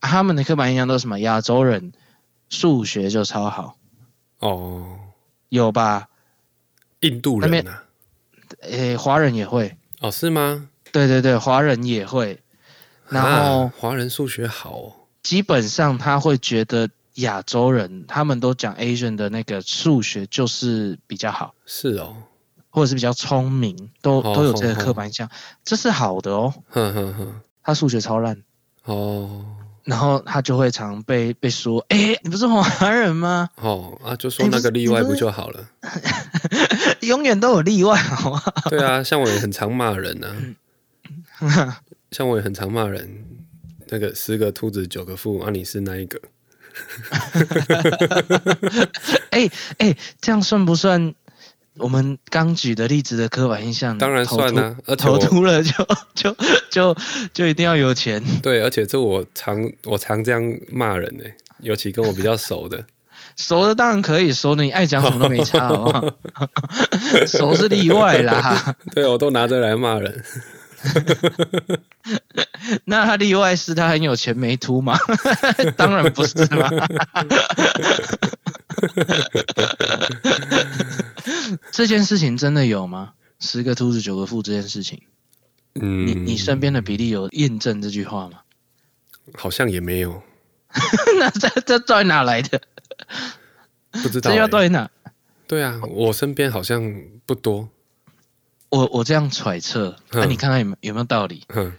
Speaker 2: 啊他们的刻板印象都是什么？亚洲人数学就超好，
Speaker 3: 哦，
Speaker 2: 有吧？
Speaker 3: 印度
Speaker 2: 那边
Speaker 3: 人啊，
Speaker 2: 诶、华人也会，
Speaker 3: 哦，是吗？
Speaker 2: 对对对，华人也会。然后
Speaker 3: 啊华人数学好哦，
Speaker 2: 基本上他会觉得亚洲人，他们都讲 Asian 的那个数学就是比较好，
Speaker 3: 是哦，
Speaker 2: 或者是比较聪明，都
Speaker 3: 哦
Speaker 2: 都有这
Speaker 3: 哦
Speaker 2: 个
Speaker 3: 哦
Speaker 2: 刻板印象，这是好的哦。
Speaker 3: 哼哼哼，
Speaker 2: 他数学超烂，
Speaker 3: 哦
Speaker 2: 然后他就会常被被说，诶、你不是华人吗？
Speaker 3: 哦啊，就
Speaker 2: 哎
Speaker 3: 说那个例外不就好了？
Speaker 2: 永远都有例外，好吗？
Speaker 3: 对啊，像我也很常骂人啊， 像我也很常骂人，那个十个秃子九个富啊，你是那一个？
Speaker 2: 哎哎、这样算不算我们刚举的例子的刻板印象？
Speaker 3: 当然算
Speaker 2: 了、
Speaker 3: 啊，而且
Speaker 2: 头
Speaker 3: 我
Speaker 2: 秃了就 就就就一定要有钱
Speaker 3: 对，而且这我常我常这样骂人呢、欸尤其跟我比较熟的，
Speaker 2: 熟的当然可以，熟的你爱讲什么都没差，好不好？ 熟是例外啦，
Speaker 3: 对我都拿着来骂人，
Speaker 2: 那他例外是他很有钱没秃吗？ 当然不是啦。 这件事情真的有吗？十个秃子九个富这件事情。
Speaker 3: 嗯，
Speaker 2: 你你身边的比例有验证这句话吗？
Speaker 3: 好像也没有，
Speaker 2: 那 这这到底哪来的？
Speaker 3: 不知道、
Speaker 2: 这要到
Speaker 3: 欸。
Speaker 2: 底哪？
Speaker 3: 对啊，我身边好像不多。
Speaker 2: 我我这样揣测，那、
Speaker 3: 嗯
Speaker 2: 你看看有没有有没有道理？
Speaker 3: 哼，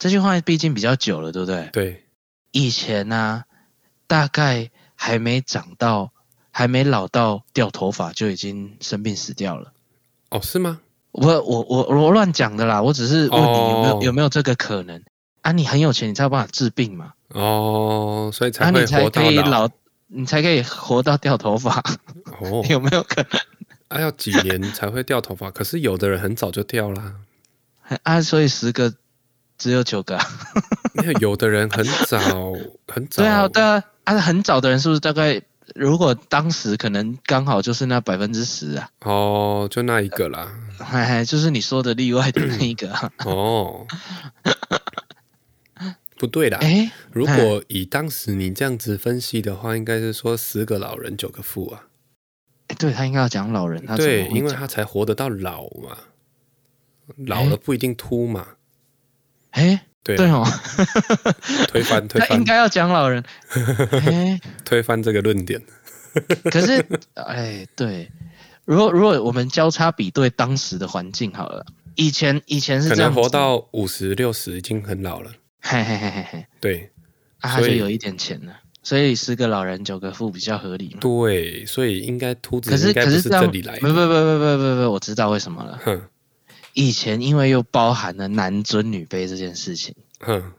Speaker 2: 这句话毕竟比较久了，对不对？
Speaker 3: 对，
Speaker 2: 以前呢、大概还没长到，还没老到掉头发就已经生病死掉了。
Speaker 3: 哦，是吗？
Speaker 2: 我我我我乱讲的啦，我只是问你有没有、
Speaker 3: 哦
Speaker 2: 有没有这个可能啊？你很有钱，你才有办法治病嘛，
Speaker 3: 哦，所以才
Speaker 2: 然后啊
Speaker 3: 会
Speaker 2: 你才
Speaker 3: 活到
Speaker 2: 可以老，你才可以活到掉头发，，
Speaker 3: 哦
Speaker 2: 有没有可
Speaker 3: 啊，要几年才会掉头发？可是有的人很早就掉啦，
Speaker 2: 能啊？所以十个只有九个、啊，
Speaker 3: 因为有的人很早，很早。
Speaker 2: 对啊，对啊，啊，很早的人是不是大概？如果当时可能刚好就是那百分之十啊，
Speaker 3: 哦，就那一个啦。
Speaker 2: 哎，就是你说的例外的那一个、啊。
Speaker 3: 哦，不 对啦。
Speaker 2: 哎、
Speaker 3: 如果以当时你这样子分析的话，应该是说十个老人九个富啊。
Speaker 2: 哎对他应该要讲老人，他怎么
Speaker 3: 对，
Speaker 2: 会
Speaker 3: 因为
Speaker 2: 讲
Speaker 3: 他才活得到老嘛，老了不一定秃嘛。
Speaker 2: 哎、
Speaker 3: 对
Speaker 2: 对
Speaker 3: 啊，
Speaker 2: 哦，
Speaker 3: 推翻推
Speaker 2: 他
Speaker 3: 翻
Speaker 2: 应该要讲老 人。哎、
Speaker 3: 推翻这个论点。
Speaker 2: 可是哎，对，如果如果我们交叉比对当时的环境好了，以前以前是
Speaker 3: 可
Speaker 2: 这样
Speaker 3: 能
Speaker 2: 子
Speaker 3: 活，到五十六十已经很老了。
Speaker 2: 嘿嘿嘿嘿嘿，
Speaker 3: 对
Speaker 2: 啊，他
Speaker 3: 所
Speaker 2: 就
Speaker 3: 以
Speaker 2: 有一点钱了，所以十个老人九个富比较合理嘛。
Speaker 3: 对，所以应该秃子
Speaker 2: 可是
Speaker 3: 应该
Speaker 2: 可
Speaker 3: 不
Speaker 2: 是
Speaker 3: 是
Speaker 2: 这样，
Speaker 3: 这
Speaker 2: 不
Speaker 3: 里来
Speaker 2: 不不
Speaker 3: 的。
Speaker 2: 不不不不，我知道为什么了。
Speaker 3: 哼
Speaker 2: 以前因为又包含了男尊女卑这件事情，
Speaker 3: 哼，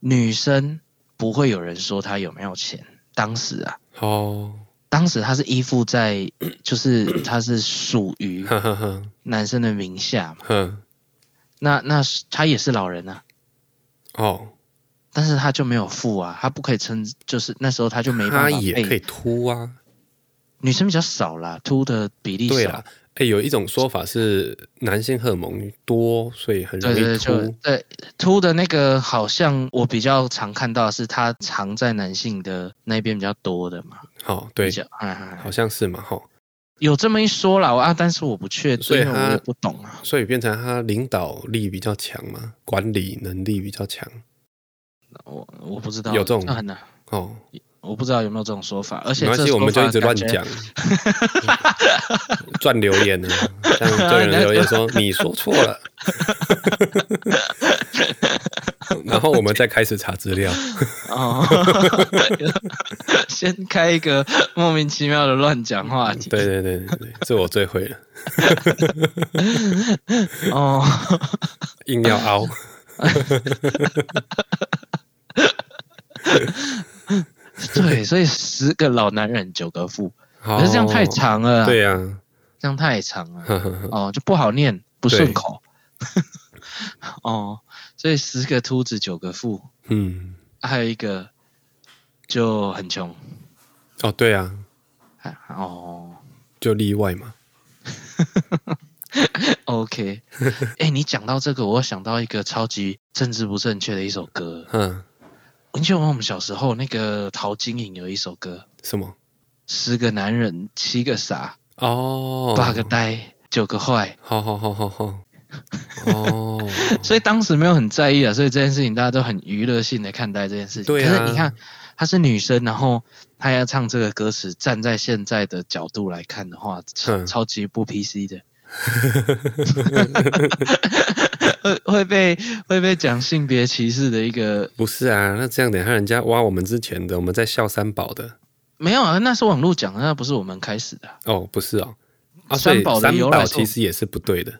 Speaker 2: 女生不会有人说她有没有钱。当时啊，
Speaker 3: 哦，
Speaker 2: 当时她是依附在，就是她是属 于
Speaker 3: 哈哈哈，
Speaker 2: 男生的名下嘛。
Speaker 3: 哼，
Speaker 2: 那那她也是老人啊，
Speaker 3: 哦，
Speaker 2: 但是他就没有付啊，他不可以称，就是那时候他就没办
Speaker 3: 他
Speaker 2: 法哎
Speaker 3: 也可
Speaker 2: 被
Speaker 3: 以秃啊。
Speaker 2: 女生比较少啦，秃的比例
Speaker 3: 对
Speaker 2: 少
Speaker 3: 啦，，哎、有一种说法是男性荷尔蒙多，所以很容
Speaker 2: 对对
Speaker 3: 易
Speaker 2: 对，就
Speaker 3: 秃。
Speaker 2: 对秃的那个好像我比较常看到的是它藏在男性的那边比较多的嘛，
Speaker 3: 好、哦对
Speaker 2: 比，较哎哎
Speaker 3: 好
Speaker 2: 哎
Speaker 3: 像是嘛，哈。
Speaker 2: 有这么一说啦，我啊，但是我不确
Speaker 3: 所
Speaker 2: 定，
Speaker 3: 以
Speaker 2: 因为我
Speaker 3: 他
Speaker 2: 也不懂啊，
Speaker 3: 所以变成他领导力比较强嘛，管理能力比较强。
Speaker 2: 我我不知道
Speaker 3: 有这种
Speaker 2: 那很难，
Speaker 3: 哦，
Speaker 2: 我不知道有没有这种说法，而且
Speaker 3: 没关
Speaker 2: 这
Speaker 3: 系，我们就
Speaker 2: 说
Speaker 3: 一
Speaker 2: 法
Speaker 3: 直乱
Speaker 2: 感觉
Speaker 3: 讲，赚留言呢、这样就有人留言说你说错 了，然后我们再开始查资料。
Speaker 2: 哦， 先开一个莫名其妙的乱讲话题
Speaker 3: 嗯对对对对对，这我最会了，
Speaker 2: 哦。
Speaker 3: 硬
Speaker 2: 啊
Speaker 3: 要凹。
Speaker 2: 对，所以十个老男人九个富，
Speaker 3: 好
Speaker 2: 可是这样太长了啦，
Speaker 3: 哦对呀、啊。
Speaker 2: 这样太长了，
Speaker 3: 呵呵呵
Speaker 2: 哦，就不好念，不顺
Speaker 3: 对
Speaker 2: 口， 哦，所以十个秃子九个富，
Speaker 3: 嗯，
Speaker 2: 还有一个就很穷，
Speaker 3: 哦，对啊，
Speaker 2: 啊哦
Speaker 3: 就例外嘛。
Speaker 2: ，OK，哎、你讲到这个，我想到一个超级政治不正确的一首歌，
Speaker 3: 嗯，
Speaker 2: 你记得我们小时候那个陶晶莹有一首歌，
Speaker 3: 什么？
Speaker 2: 十个男人七个傻，
Speaker 3: 哦，
Speaker 2: 八个呆，九个坏。
Speaker 3: 好好好好好。哦，
Speaker 2: 所以当时没有很在意啊，所以这件事情大家都很娱乐性的看待这件事情。
Speaker 3: 对啊
Speaker 2: 可是你看，她是女生，然后她要唱这个歌词，站在现在的角度来看的话，超
Speaker 3: 嗯
Speaker 2: 超级不 PC 的，会会被会被讲性别歧视的一个
Speaker 3: 不是啊，那这样等一下人家挖我们之前的，我们在笑三宝的。
Speaker 2: 没有啊，那是网络讲的，那不是我们开始的啊、
Speaker 3: 哦，不是哦。啊，所
Speaker 2: 三
Speaker 3: 以
Speaker 2: 宝的
Speaker 3: 三
Speaker 2: 由
Speaker 3: 宝
Speaker 2: 来是我
Speaker 3: 其实也是不对的。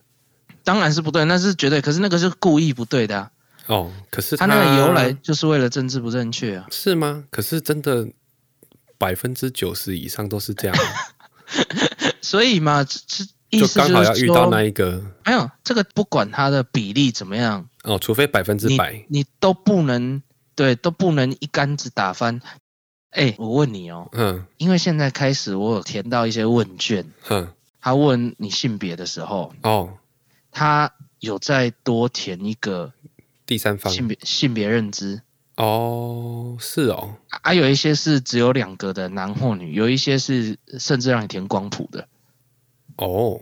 Speaker 2: 当然是不对，那是绝对，可是那个是故意不对的、啊，
Speaker 3: 哦，可是
Speaker 2: 他
Speaker 3: 它
Speaker 2: 那个由来就是为了政治不正确啊。
Speaker 3: 是吗？可是真的百分之九十以上都是这样啊，
Speaker 2: 所以嘛，这这 意
Speaker 3: 就
Speaker 2: 思
Speaker 3: 刚好要
Speaker 2: 是
Speaker 3: 遇到
Speaker 2: 说
Speaker 3: 那一个
Speaker 2: 没有，这个不管它的比例怎么样，
Speaker 3: 哦，除非百分之
Speaker 2: 你
Speaker 3: 百。
Speaker 2: 你都不能对，都不能一竿子打翻。哎，我问你哦，
Speaker 3: 嗯
Speaker 2: 因为现在开始我有填到一些问卷，
Speaker 3: 哼，
Speaker 2: 他问你性别的时候，
Speaker 3: 哦，
Speaker 2: 他有再多填一个
Speaker 3: 第三方
Speaker 2: 性别性别认知，
Speaker 3: 哦，是哦，
Speaker 2: 啊啊，有一些是只有两个的男或女，有一些是甚至让你填光谱的
Speaker 3: 哦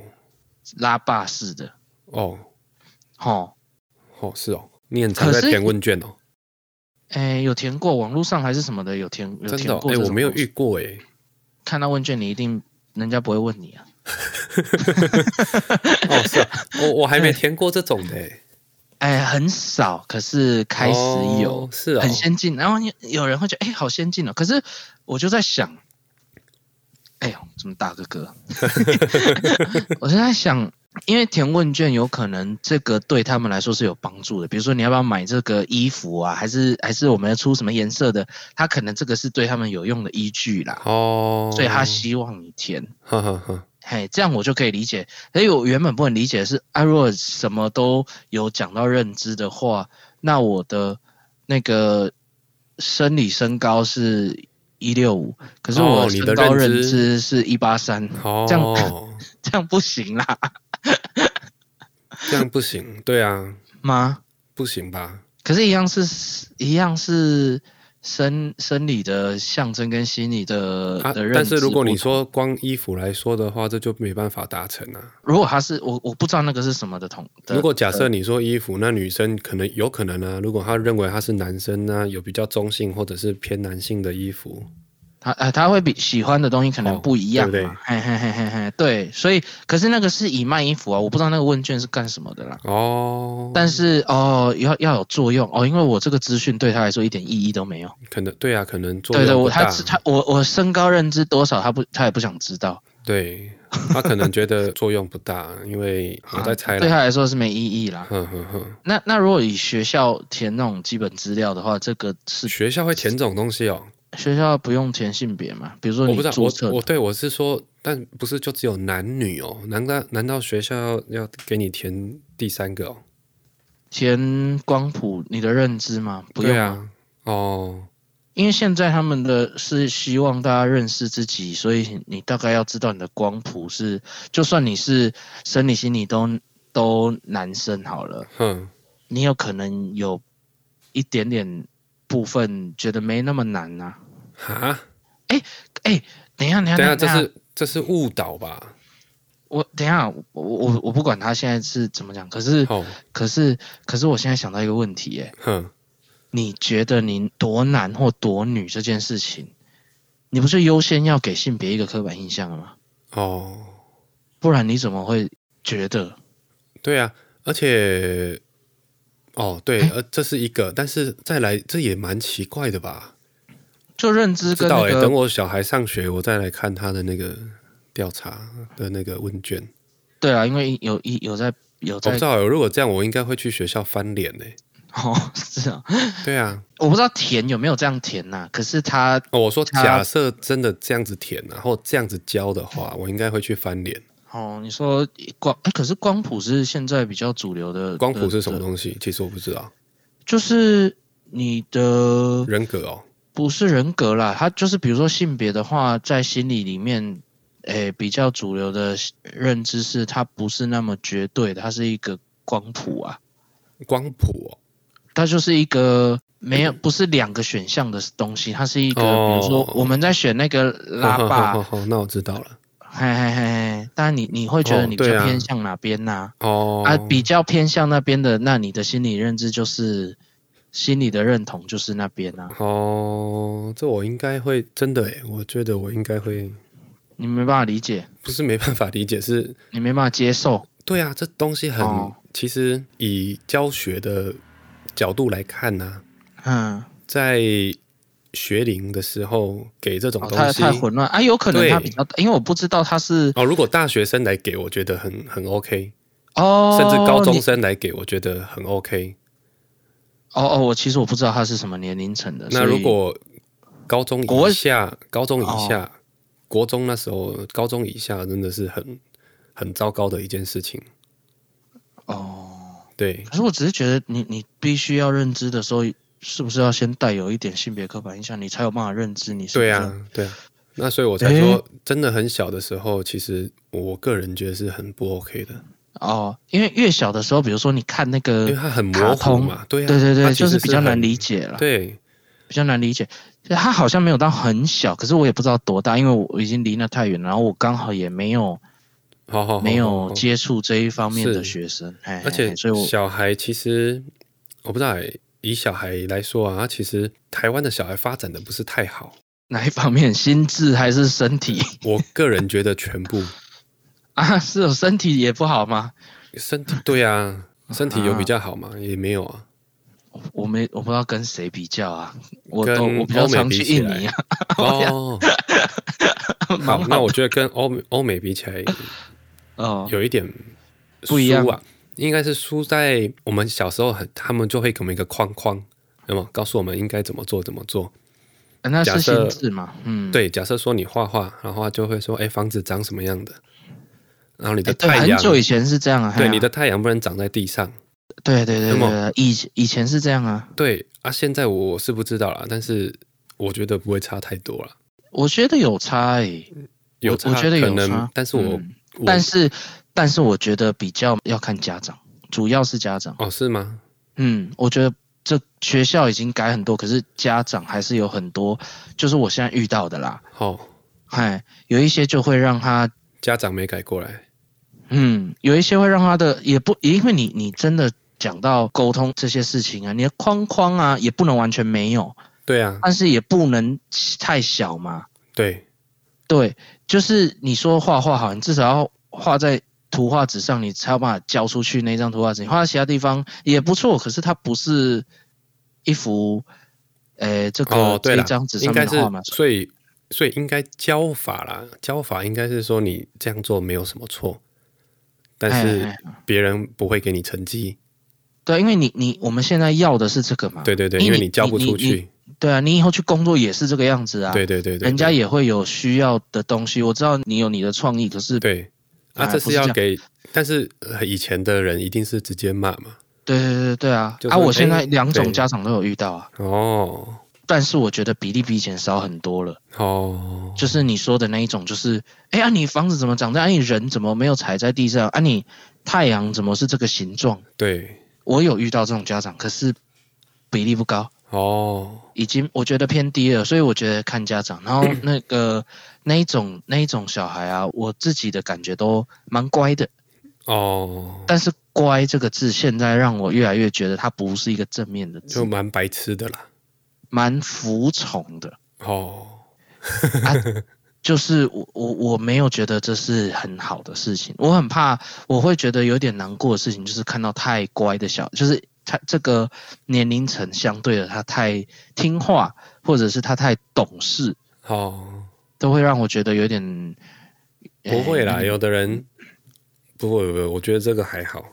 Speaker 2: 拉霸式的，
Speaker 3: 哦，
Speaker 2: 吼。
Speaker 3: 哦，是哦，你很常
Speaker 2: 可
Speaker 3: 在
Speaker 2: 是
Speaker 3: 填问卷哦。
Speaker 2: 哎，有填过，网络上还是什么的有填有
Speaker 3: 真
Speaker 2: 填
Speaker 3: 的哦
Speaker 2: 过
Speaker 3: 哎、
Speaker 2: 这种
Speaker 3: 我没有
Speaker 2: 东西
Speaker 3: 遇过哎、
Speaker 2: 看到问卷，你一定人家不会问你啊。
Speaker 3: 哦，是、啊，我我还没填过这种的、欸，
Speaker 2: 哎，很少，可是开始有，
Speaker 3: 哦是哦，
Speaker 2: 很先进。然后你有人会觉得，哎，好先进哦。可是我就在想，哎呦，怎么大个哥？ 我就在想，因为填问卷有可能这个对他们来说是有帮助的，比如说你要不要买这个衣服啊，还是还是我们要出什么颜色的，他可能这个是对他们有用的依据啦，
Speaker 3: 哦，
Speaker 2: 所以他希望你填。
Speaker 3: 哈哈哈，
Speaker 2: 嘿，这样我就可以理解。所以我原本不能理解的是，啊，如果什么都有讲到认知的话，那我的那个生理身高是一六五，可是
Speaker 3: 哦
Speaker 2: 我
Speaker 3: 你的
Speaker 2: 身高
Speaker 3: 认
Speaker 2: 认
Speaker 3: 知
Speaker 2: 知是一八三，
Speaker 3: 哦，
Speaker 2: 这样这样不行啦
Speaker 3: 这样不行，对啊，
Speaker 2: 吗？
Speaker 3: 不行吧？
Speaker 2: 可是，一样是一样是生生理的象征跟心理的、
Speaker 3: 啊
Speaker 2: 的，认知不同。
Speaker 3: 但是如果你说光衣服来说的话，这就没办法达成啊。
Speaker 2: 如果他是我，我不知道那个是什么的同。的
Speaker 3: 如果假设你说衣服，那女生可能有可能啊。如果她认为她是男生呢、有比较中性或者是偏男性的衣服，
Speaker 2: 他呃，他会比喜欢的东西可能不一样嘛，
Speaker 3: 哦对不对
Speaker 2: 嘿嘿嘿嘿嘿，对，所以可是那个是以卖衣服啊，我不知道那个问卷是干什么的啦。
Speaker 3: 哦，
Speaker 2: 但是哦，要要有作用哦，因为我这个资讯对他来说一点意义都没有。
Speaker 3: 可能对啊，可能作
Speaker 2: 对
Speaker 3: 用
Speaker 2: 对，
Speaker 3: 不
Speaker 2: 我他
Speaker 3: 大，
Speaker 2: 他我我身高认知多少，他不他也不想知道，
Speaker 3: 对她可能觉得作用不大，因为我在猜
Speaker 2: 啊对
Speaker 3: 啦。
Speaker 2: 他来说是没意义啦。
Speaker 3: 哼哼哼，
Speaker 2: 那那如果以学校填那种基本资料的话，这个是
Speaker 3: 学校会填这种东西哦。
Speaker 2: 学校不用填性别嘛？比如说
Speaker 3: 我
Speaker 2: 你
Speaker 3: 不知道，
Speaker 2: 注册
Speaker 3: 我我对我是说，但不是就只有男女哦？难道难道学校要要给你填第三个哦？
Speaker 2: 填光谱你的认知吗？不用
Speaker 3: 对啊，哦，
Speaker 2: 因为现在他们的是希望大家认识自己，所以你大概要知道你的光谱是，就算你是生理、心理都都男生好了，
Speaker 3: 哼，
Speaker 2: 你有可能有一点点部分觉得没那么难呐、
Speaker 3: 哈，
Speaker 2: 等一下，等一下，
Speaker 3: 等一下，
Speaker 2: 等
Speaker 3: 这
Speaker 2: 一下，
Speaker 3: 是这是误导吧？
Speaker 2: 我等一下，我我我不管他现在是怎么讲，可是
Speaker 3: 哦，
Speaker 2: 可是可是我现在想到一个问题、耶，
Speaker 3: 哼，
Speaker 2: 你觉得你多男或多女这件事情，你不是优先要给性别一个刻板印象了吗？
Speaker 3: 哦，
Speaker 2: 不然你怎么会觉得？
Speaker 3: 对啊，而且，哦，
Speaker 2: 哎
Speaker 3: 对，呃，这是一个，但是再来，这也蛮奇怪的吧？
Speaker 2: 就认知
Speaker 3: 知
Speaker 2: 跟
Speaker 3: 道
Speaker 2: 那
Speaker 3: 哎、等
Speaker 2: 个
Speaker 3: 我小孩上学，我再来看他的那个调查的那个问卷。
Speaker 2: 对啊，因为有一有在有
Speaker 3: 我
Speaker 2: 在
Speaker 3: 不知道、欸，如果这样，我应该会去学校翻脸呢、
Speaker 2: 哦，是啊，
Speaker 3: 对啊，
Speaker 2: 我不知道填有没有这样填呐、可是他
Speaker 3: 哦，我说
Speaker 2: 他
Speaker 3: 假设真的这样子填，然后这样子教的话，我应该会去翻脸。
Speaker 2: 哦，你说光哎，可是光谱是现在比较主流的，
Speaker 3: 光谱是什么
Speaker 2: 的？
Speaker 3: 东西？其实我不知道。
Speaker 2: 就是你的
Speaker 3: 人格哦，
Speaker 2: 不是人格啦，它就是比如说性别的话，在心理里面。诶，比较主流的认知是它不是那么绝对的，它是一个光谱啊。
Speaker 3: 光谱哦，
Speaker 2: 它就是一个没有不是两个选项的东西，它是一个，
Speaker 3: 嗯哦
Speaker 2: 比如说我们在选那个拉
Speaker 3: 好
Speaker 2: 霸
Speaker 3: 好，好 好那我知道了。
Speaker 2: 嘿嘿嘿嘿，但你你会觉得
Speaker 3: 哦
Speaker 2: 你比
Speaker 3: 对
Speaker 2: 较
Speaker 3: 啊
Speaker 2: 偏向哪边呐、
Speaker 3: 哦，
Speaker 2: 啊，比较偏向那边的，那你的心理认知就是心理的认同就是那边啊，
Speaker 3: 哦，这我应该会真的诶，我觉得我应该会，
Speaker 2: 你没办法理解，
Speaker 3: 不是没办法理解，是
Speaker 2: 你没办法接受，
Speaker 3: 对啊，这东西很，
Speaker 2: 哦
Speaker 3: 其实以教学的角度来看呢、
Speaker 2: 嗯，
Speaker 3: 在学龄的时候给这种
Speaker 2: 哦，
Speaker 3: 东
Speaker 2: 太
Speaker 3: 西
Speaker 2: 太混乱啊，有可能
Speaker 3: 对
Speaker 2: 他比较，因为我不知道他是
Speaker 3: 哦，如果大学生来给，我觉得很很 OK，
Speaker 2: 哦，
Speaker 3: 甚至高中
Speaker 2: 你
Speaker 3: 生来给，我觉得很 OK。
Speaker 2: 哦哦，我其实我不知道他是什么年龄层的，所
Speaker 3: 那
Speaker 2: 以
Speaker 3: 如果高中
Speaker 2: 国哦
Speaker 3: 以下，高中以下，国中那时候，高中以下真的是很很糟糕的一件事情。
Speaker 2: 哦。
Speaker 3: 对，
Speaker 2: 可是我只是觉得你，你必须要认知的时候，是不是要先带有一点性别刻板印象，你才有办法认知你是不
Speaker 3: 对
Speaker 2: 是？
Speaker 3: 啊，对啊。那所以我才说，真的很小的时候，其实我个人觉得是很不 OK 的，
Speaker 2: 哦，因为越小的时候，比如说你看那
Speaker 3: 因
Speaker 2: 个
Speaker 3: 为，它很
Speaker 2: 卡
Speaker 3: 模糊
Speaker 2: 通
Speaker 3: 嘛。对啊，
Speaker 2: 对对
Speaker 3: 它
Speaker 2: 对，
Speaker 3: 其
Speaker 2: 就
Speaker 3: 实
Speaker 2: 是比较
Speaker 3: 很
Speaker 2: 难理。解了，
Speaker 3: 对，
Speaker 2: 比较难理解。就他好像没有到很小，可是我也不知道多大，因为我我已经离那太远了，然后我刚好也没
Speaker 3: 哦
Speaker 2: 有
Speaker 3: 好好好
Speaker 2: 没
Speaker 3: 好
Speaker 2: 有
Speaker 3: 好
Speaker 2: 接触这一方面的
Speaker 3: 是
Speaker 2: 学生，嘿嘿
Speaker 3: 哦而且
Speaker 2: 嘿所以我
Speaker 3: 小孩其实我不知道、欸，以小孩来说啊，其实台湾的小孩发展的不是太好。
Speaker 2: 哪一方面？心智还是身体？
Speaker 3: 我个人觉得全部
Speaker 2: 啊，是有身体也不好吗？
Speaker 3: 身体对啊，身体有比较好吗？也没 有啊。
Speaker 2: 我没我不知道跟谁比较啊，我
Speaker 3: 跟
Speaker 2: 都我比较常去印
Speaker 3: 欧美比
Speaker 2: 尼啊。
Speaker 3: 哦，好，那我觉得跟欧美欧美比起来，
Speaker 2: 哦，
Speaker 3: 有一点
Speaker 2: 不一样
Speaker 3: 输啊，应该是输在我们小时候很，他们就会给我们一个框框，那么告诉我们应该怎么做怎么做。
Speaker 2: 啊那
Speaker 3: 假
Speaker 2: 是
Speaker 3: 设
Speaker 2: 心智嘛？嗯，
Speaker 3: 对，假设说你画画，然后他就会说，哎，房子长什么样的，然后你的
Speaker 2: 哎对，
Speaker 3: 太
Speaker 2: 很
Speaker 3: 阳，
Speaker 2: 久以前是这样啊。嘿
Speaker 3: 对，
Speaker 2: 啊
Speaker 3: 你的太阳不能长在地上。
Speaker 2: 对对对
Speaker 3: 有
Speaker 2: 对
Speaker 3: 没有
Speaker 2: 对，以前以前是这样啊。
Speaker 3: 对啊，现在我是不知道啦，但是我觉得不会差太多了。
Speaker 2: 我觉得有差诶、
Speaker 3: 有
Speaker 2: 我
Speaker 3: 差
Speaker 2: 我觉得有
Speaker 3: 可能
Speaker 2: 差，
Speaker 3: 但是我、
Speaker 2: 嗯
Speaker 3: 我
Speaker 2: 但是但是我觉得比较要看家长，主要是家长。
Speaker 3: 哦是吗？
Speaker 2: 嗯，我觉得这学校已经改很多，可是家长还是有很多，就是我现在遇到的啦。
Speaker 3: 好、
Speaker 2: 嗨，有一些就会让他，
Speaker 3: 哦家长没改过来，
Speaker 2: 嗯，有一些会让他的也不，因为你你真的讲到沟通这些事情啊，你的框框啊也不能完全没有，
Speaker 3: 对啊，
Speaker 2: 但是也不能太小嘛。
Speaker 3: 对，
Speaker 2: 对，就是你说画画好，你至少要画在图画纸上，你才有办法交出去那张图画纸。你画在其他地方也不错，可是它不是一幅，呃，这个、
Speaker 3: 哦对
Speaker 2: 这一
Speaker 3: 了
Speaker 2: 张纸，
Speaker 3: 应
Speaker 2: 上面
Speaker 3: 该
Speaker 2: 的
Speaker 3: 是
Speaker 2: 画嘛。
Speaker 3: 所以所以应该教法啦，教法应该是说你这样做没有什么错，但
Speaker 2: 哎哎
Speaker 3: 是别人不会给你成绩，
Speaker 2: 对，因为你你我们现在要的是这个嘛。
Speaker 3: 对对对，
Speaker 2: 因
Speaker 3: 因
Speaker 2: 为
Speaker 3: 为
Speaker 2: 你
Speaker 3: 你交不
Speaker 2: 你
Speaker 3: 出
Speaker 2: 你
Speaker 3: 去，
Speaker 2: 对啊，你以后去工作也是这个样子啊。
Speaker 3: 对对对对，
Speaker 2: 人家
Speaker 3: 对
Speaker 2: 也会有需要的东西。我知道你有你的创意，可是对
Speaker 3: 对
Speaker 2: 哎
Speaker 3: 啊，这
Speaker 2: 不是
Speaker 3: 是
Speaker 2: 这
Speaker 3: 要
Speaker 2: 样
Speaker 3: 给，但是呃以前的人一定是直接骂嘛，
Speaker 2: 对对对对啊
Speaker 3: 就！是
Speaker 2: 啊，我现
Speaker 3: 哎
Speaker 2: 在两种
Speaker 3: 对
Speaker 2: 家长都有遇到啊，
Speaker 3: 哦
Speaker 2: 但是我觉得比例比以前少很多了。
Speaker 3: 哦，
Speaker 2: 就是你说的那一种，就是哎啊，你房子怎么长这样？啊，你人怎么没有踩在地上？啊，你太阳怎么是这个形状？
Speaker 3: 对
Speaker 2: 我有遇到这种家长，可是比例不高，
Speaker 3: 哦。
Speaker 2: 已经我觉得偏低了，所以我觉得看家长。然后那个那一种那一种小孩啊，我自己的感觉都蛮乖的，
Speaker 3: 哦，
Speaker 2: 但是“乖”这个字现在让我越来越觉得它不是一个正面的
Speaker 3: 就
Speaker 2: 字，
Speaker 3: 蛮白痴的啦。
Speaker 2: 蛮服从的。
Speaker 3: 哦，
Speaker 2: 就是我我我没有觉得这是很好的事情，我很怕我会觉得有点难过的事情，就是看到太乖的小，就是他这个年龄层相对的他太听话，或者是他太懂事，
Speaker 3: 哦，
Speaker 2: 都会让我觉得有点
Speaker 3: 不会啦，
Speaker 2: 呃
Speaker 3: 有的人不会，不会，我觉得这个还好。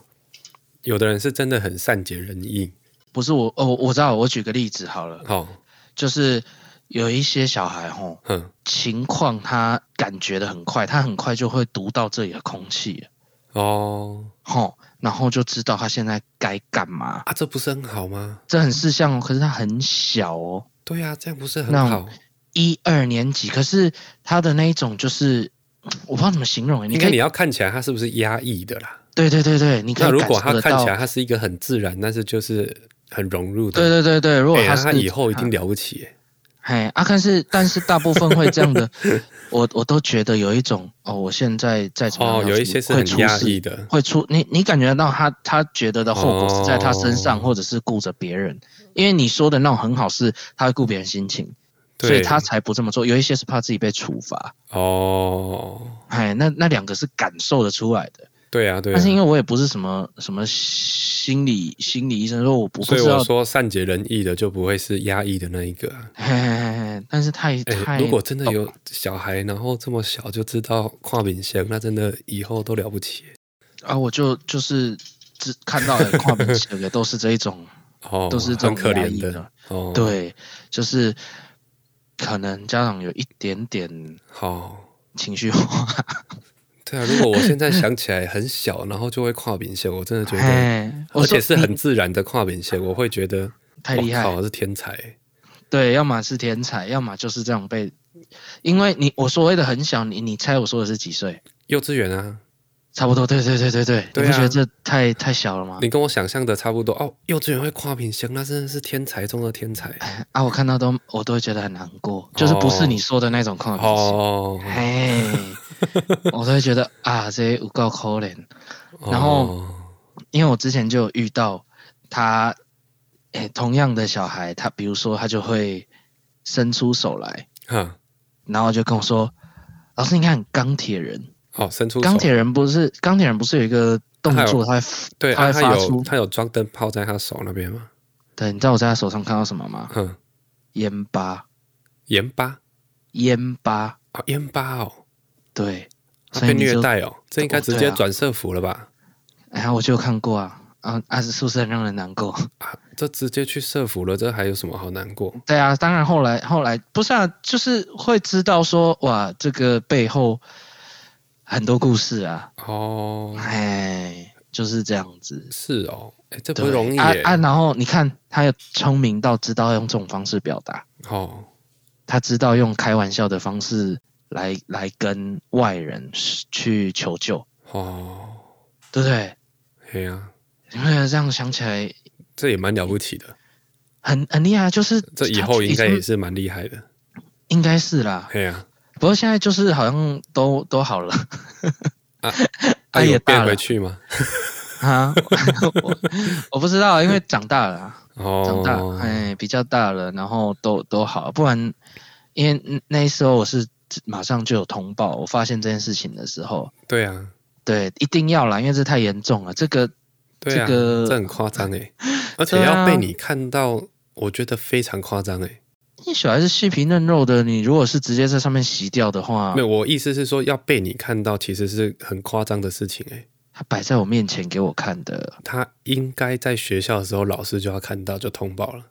Speaker 3: 有的人是真的很善解人意。
Speaker 2: 不是我哦，我知道，我举个例子好了，
Speaker 3: 哦，
Speaker 2: 就是有一些小孩吼
Speaker 3: 哼，
Speaker 2: 情况他感觉的很快，他很快就会读到这里的空气了
Speaker 3: 哦，
Speaker 2: 吼，然后就知道他现在该干嘛。
Speaker 3: 啊，这不是很好吗？
Speaker 2: 这很事项哦，可是它很小哦，
Speaker 3: 对呀、这样不是很
Speaker 2: 那
Speaker 3: 好？
Speaker 2: 一二年级，可是它的那一种就是，我不知道怎么形容哎，你
Speaker 3: 应
Speaker 2: 可
Speaker 3: 该你
Speaker 2: 以，
Speaker 3: 要看起来他是不是压抑的啦？
Speaker 2: 对对对对，你可以
Speaker 3: 那如
Speaker 2: 感
Speaker 3: 果
Speaker 2: 受
Speaker 3: 他
Speaker 2: 得
Speaker 3: 看
Speaker 2: 到
Speaker 3: 起来，他是一个很自然，但是就是很融入的，
Speaker 2: 对对对对，如果
Speaker 3: 哎
Speaker 2: 他
Speaker 3: 那
Speaker 2: 是、啊
Speaker 3: 他以后一定了不起耶、
Speaker 2: 哎，啊，但是但是大部分会这 样的，我我都觉得有一种哦，我现在在怎么样
Speaker 3: 哦，
Speaker 2: 要
Speaker 3: 有一
Speaker 2: 出
Speaker 3: 些是
Speaker 2: 会
Speaker 3: 很
Speaker 2: 出
Speaker 3: 压
Speaker 2: 事
Speaker 3: 抑的，
Speaker 2: 会出你你感觉到他他觉得的后果是在他身上，
Speaker 3: 哦
Speaker 2: 或者是顾着别人，因为你说的那种很好是他会顾别人心情，所以
Speaker 3: 对
Speaker 2: 他才不这么做。有一些是怕自己被处罚，
Speaker 3: 哦，
Speaker 2: 哎，那那两个是感受得出来的。
Speaker 3: 对啊，对啊
Speaker 2: 但是。因为我也不是什么什么心理心理医生，说我不不
Speaker 3: 所以
Speaker 2: 知
Speaker 3: 我
Speaker 2: 道，
Speaker 3: 说善解人意的就不会是压抑的那一个、啊。
Speaker 2: 嘿嘿嘿嘿但是太
Speaker 3: 哎、
Speaker 2: 太
Speaker 3: 如果真的有小孩，然后这么小就知道跨敏线，那真的以后都了不起
Speaker 2: 啊，我就就是只看到的跨 门写的都是这一种，
Speaker 3: 哦，
Speaker 2: 都是这种
Speaker 3: 很可
Speaker 2: 压
Speaker 3: 怜
Speaker 2: 抑
Speaker 3: 的
Speaker 2: 的，
Speaker 3: 哦。，
Speaker 2: 对，就是可能家长有一点点
Speaker 3: 好、
Speaker 2: 情绪化。
Speaker 3: 对啊。如果我现在想起来很小，然后就会跨敏线，我真的觉得，
Speaker 2: 哎，我
Speaker 3: 而且
Speaker 2: 说
Speaker 3: 是
Speaker 2: 你
Speaker 3: 很自然的跨敏线，我会觉得
Speaker 2: 太厉
Speaker 3: 我
Speaker 2: 害，
Speaker 3: 靠，是天才。
Speaker 2: 对，要么是天才，要么就是这样被，因为你我所谓的很小，你你猜我说的是几岁？
Speaker 3: 幼稚园啊，
Speaker 2: 差不多，对对对对对，
Speaker 3: 对
Speaker 2: 你
Speaker 3: 啊
Speaker 2: 不觉得这太太小了吗？
Speaker 3: 你跟我想象的差不多哦。幼稚园会跨敏线，那真的是天才中的天才
Speaker 2: 啊，我看到都我都会觉得很难过，就是不是你说的那种抗拒性，
Speaker 3: 哦。
Speaker 2: 哎，我都会觉得啊，这有够可怜。然后
Speaker 3: 哦
Speaker 2: 因为我之前就有遇到他哎，同样的小孩，他比如说他就会伸出手来，
Speaker 3: 哈，
Speaker 2: 然后就跟我说：“老师，你看钢铁人，
Speaker 3: 哦，伸出手
Speaker 2: 钢铁人不是钢铁人不是有一个动
Speaker 3: 他有
Speaker 2: 作，他会
Speaker 3: 对，
Speaker 2: 他会
Speaker 3: 啊、他
Speaker 2: 发
Speaker 3: 有
Speaker 2: 出
Speaker 3: 他有装灯泡在他手那边吗？
Speaker 2: 对，你知道我在他手上看到什么吗？
Speaker 3: 哼，
Speaker 2: 烟巴，
Speaker 3: 盐巴
Speaker 2: 烟巴，
Speaker 3: 哦，盐巴哦，
Speaker 2: 对，
Speaker 3: 他
Speaker 2: 所以
Speaker 3: 被
Speaker 2: 你
Speaker 3: 虐
Speaker 2: 就
Speaker 3: 待哦，这应该
Speaker 2: 哦
Speaker 3: 直
Speaker 2: 对
Speaker 3: 接
Speaker 2: 啊
Speaker 3: 转社服了吧？
Speaker 2: 哎呀，我就有看过啊，啊啊，是不是很让人难过？
Speaker 3: 啊，这直接去社服了，这还有什么好难过？
Speaker 2: 对啊，当然后来后来不是啊，就是会知道说哇，这个背后很多故事啊，
Speaker 3: 哦，
Speaker 2: 哎，就是这样子。
Speaker 3: 是哦，哎，这不
Speaker 2: 对
Speaker 3: 容易
Speaker 2: 啊
Speaker 3: 耶，
Speaker 2: 啊！然后你看，他有聪明到知道用这种方式表达，
Speaker 3: 哦，
Speaker 2: 他知道用开玩笑的方式来来跟外人去求救，
Speaker 3: 哦，
Speaker 2: 对不对？
Speaker 3: 嘿呀，
Speaker 2: 你们觉得这样想起来
Speaker 3: 这也蛮了不起的，
Speaker 2: 很很嗯厉害啊，就是
Speaker 3: 这以
Speaker 2: 他
Speaker 3: 后应该
Speaker 2: 已
Speaker 3: 也
Speaker 2: 经
Speaker 3: 是蛮厉害的，
Speaker 2: 应该是啦。
Speaker 3: 嘿呀，
Speaker 2: 不过现在就是好像都都好了
Speaker 3: 啊
Speaker 2: 哎也
Speaker 3: 有
Speaker 2: 大
Speaker 3: 变回
Speaker 2: 了
Speaker 3: 去吗？
Speaker 2: 啊， 我我不知道，因为长大了啊，长大
Speaker 3: 哦，
Speaker 2: 哎比较大了，然后都都好，不然因为那时候我是马上就有通报，我发现这件事情的时候，
Speaker 3: 对啊，
Speaker 2: 对，一定要啦，因为这太严重了，这个
Speaker 3: 对
Speaker 2: 这
Speaker 3: 啊，
Speaker 2: 个
Speaker 3: 这很夸 张哎，而且
Speaker 2: 对啊
Speaker 3: 要被你看到，我觉得非常夸张哎。
Speaker 2: 因为小孩是细皮嫩肉的，你如果是直接在上面洗掉的话
Speaker 3: 没，有，我意思是说，要被你看到，其实是很夸张的事情哎。
Speaker 2: 他摆在我面前给我看的，
Speaker 3: 他应该在学校的时候，老师就要看到，就通报了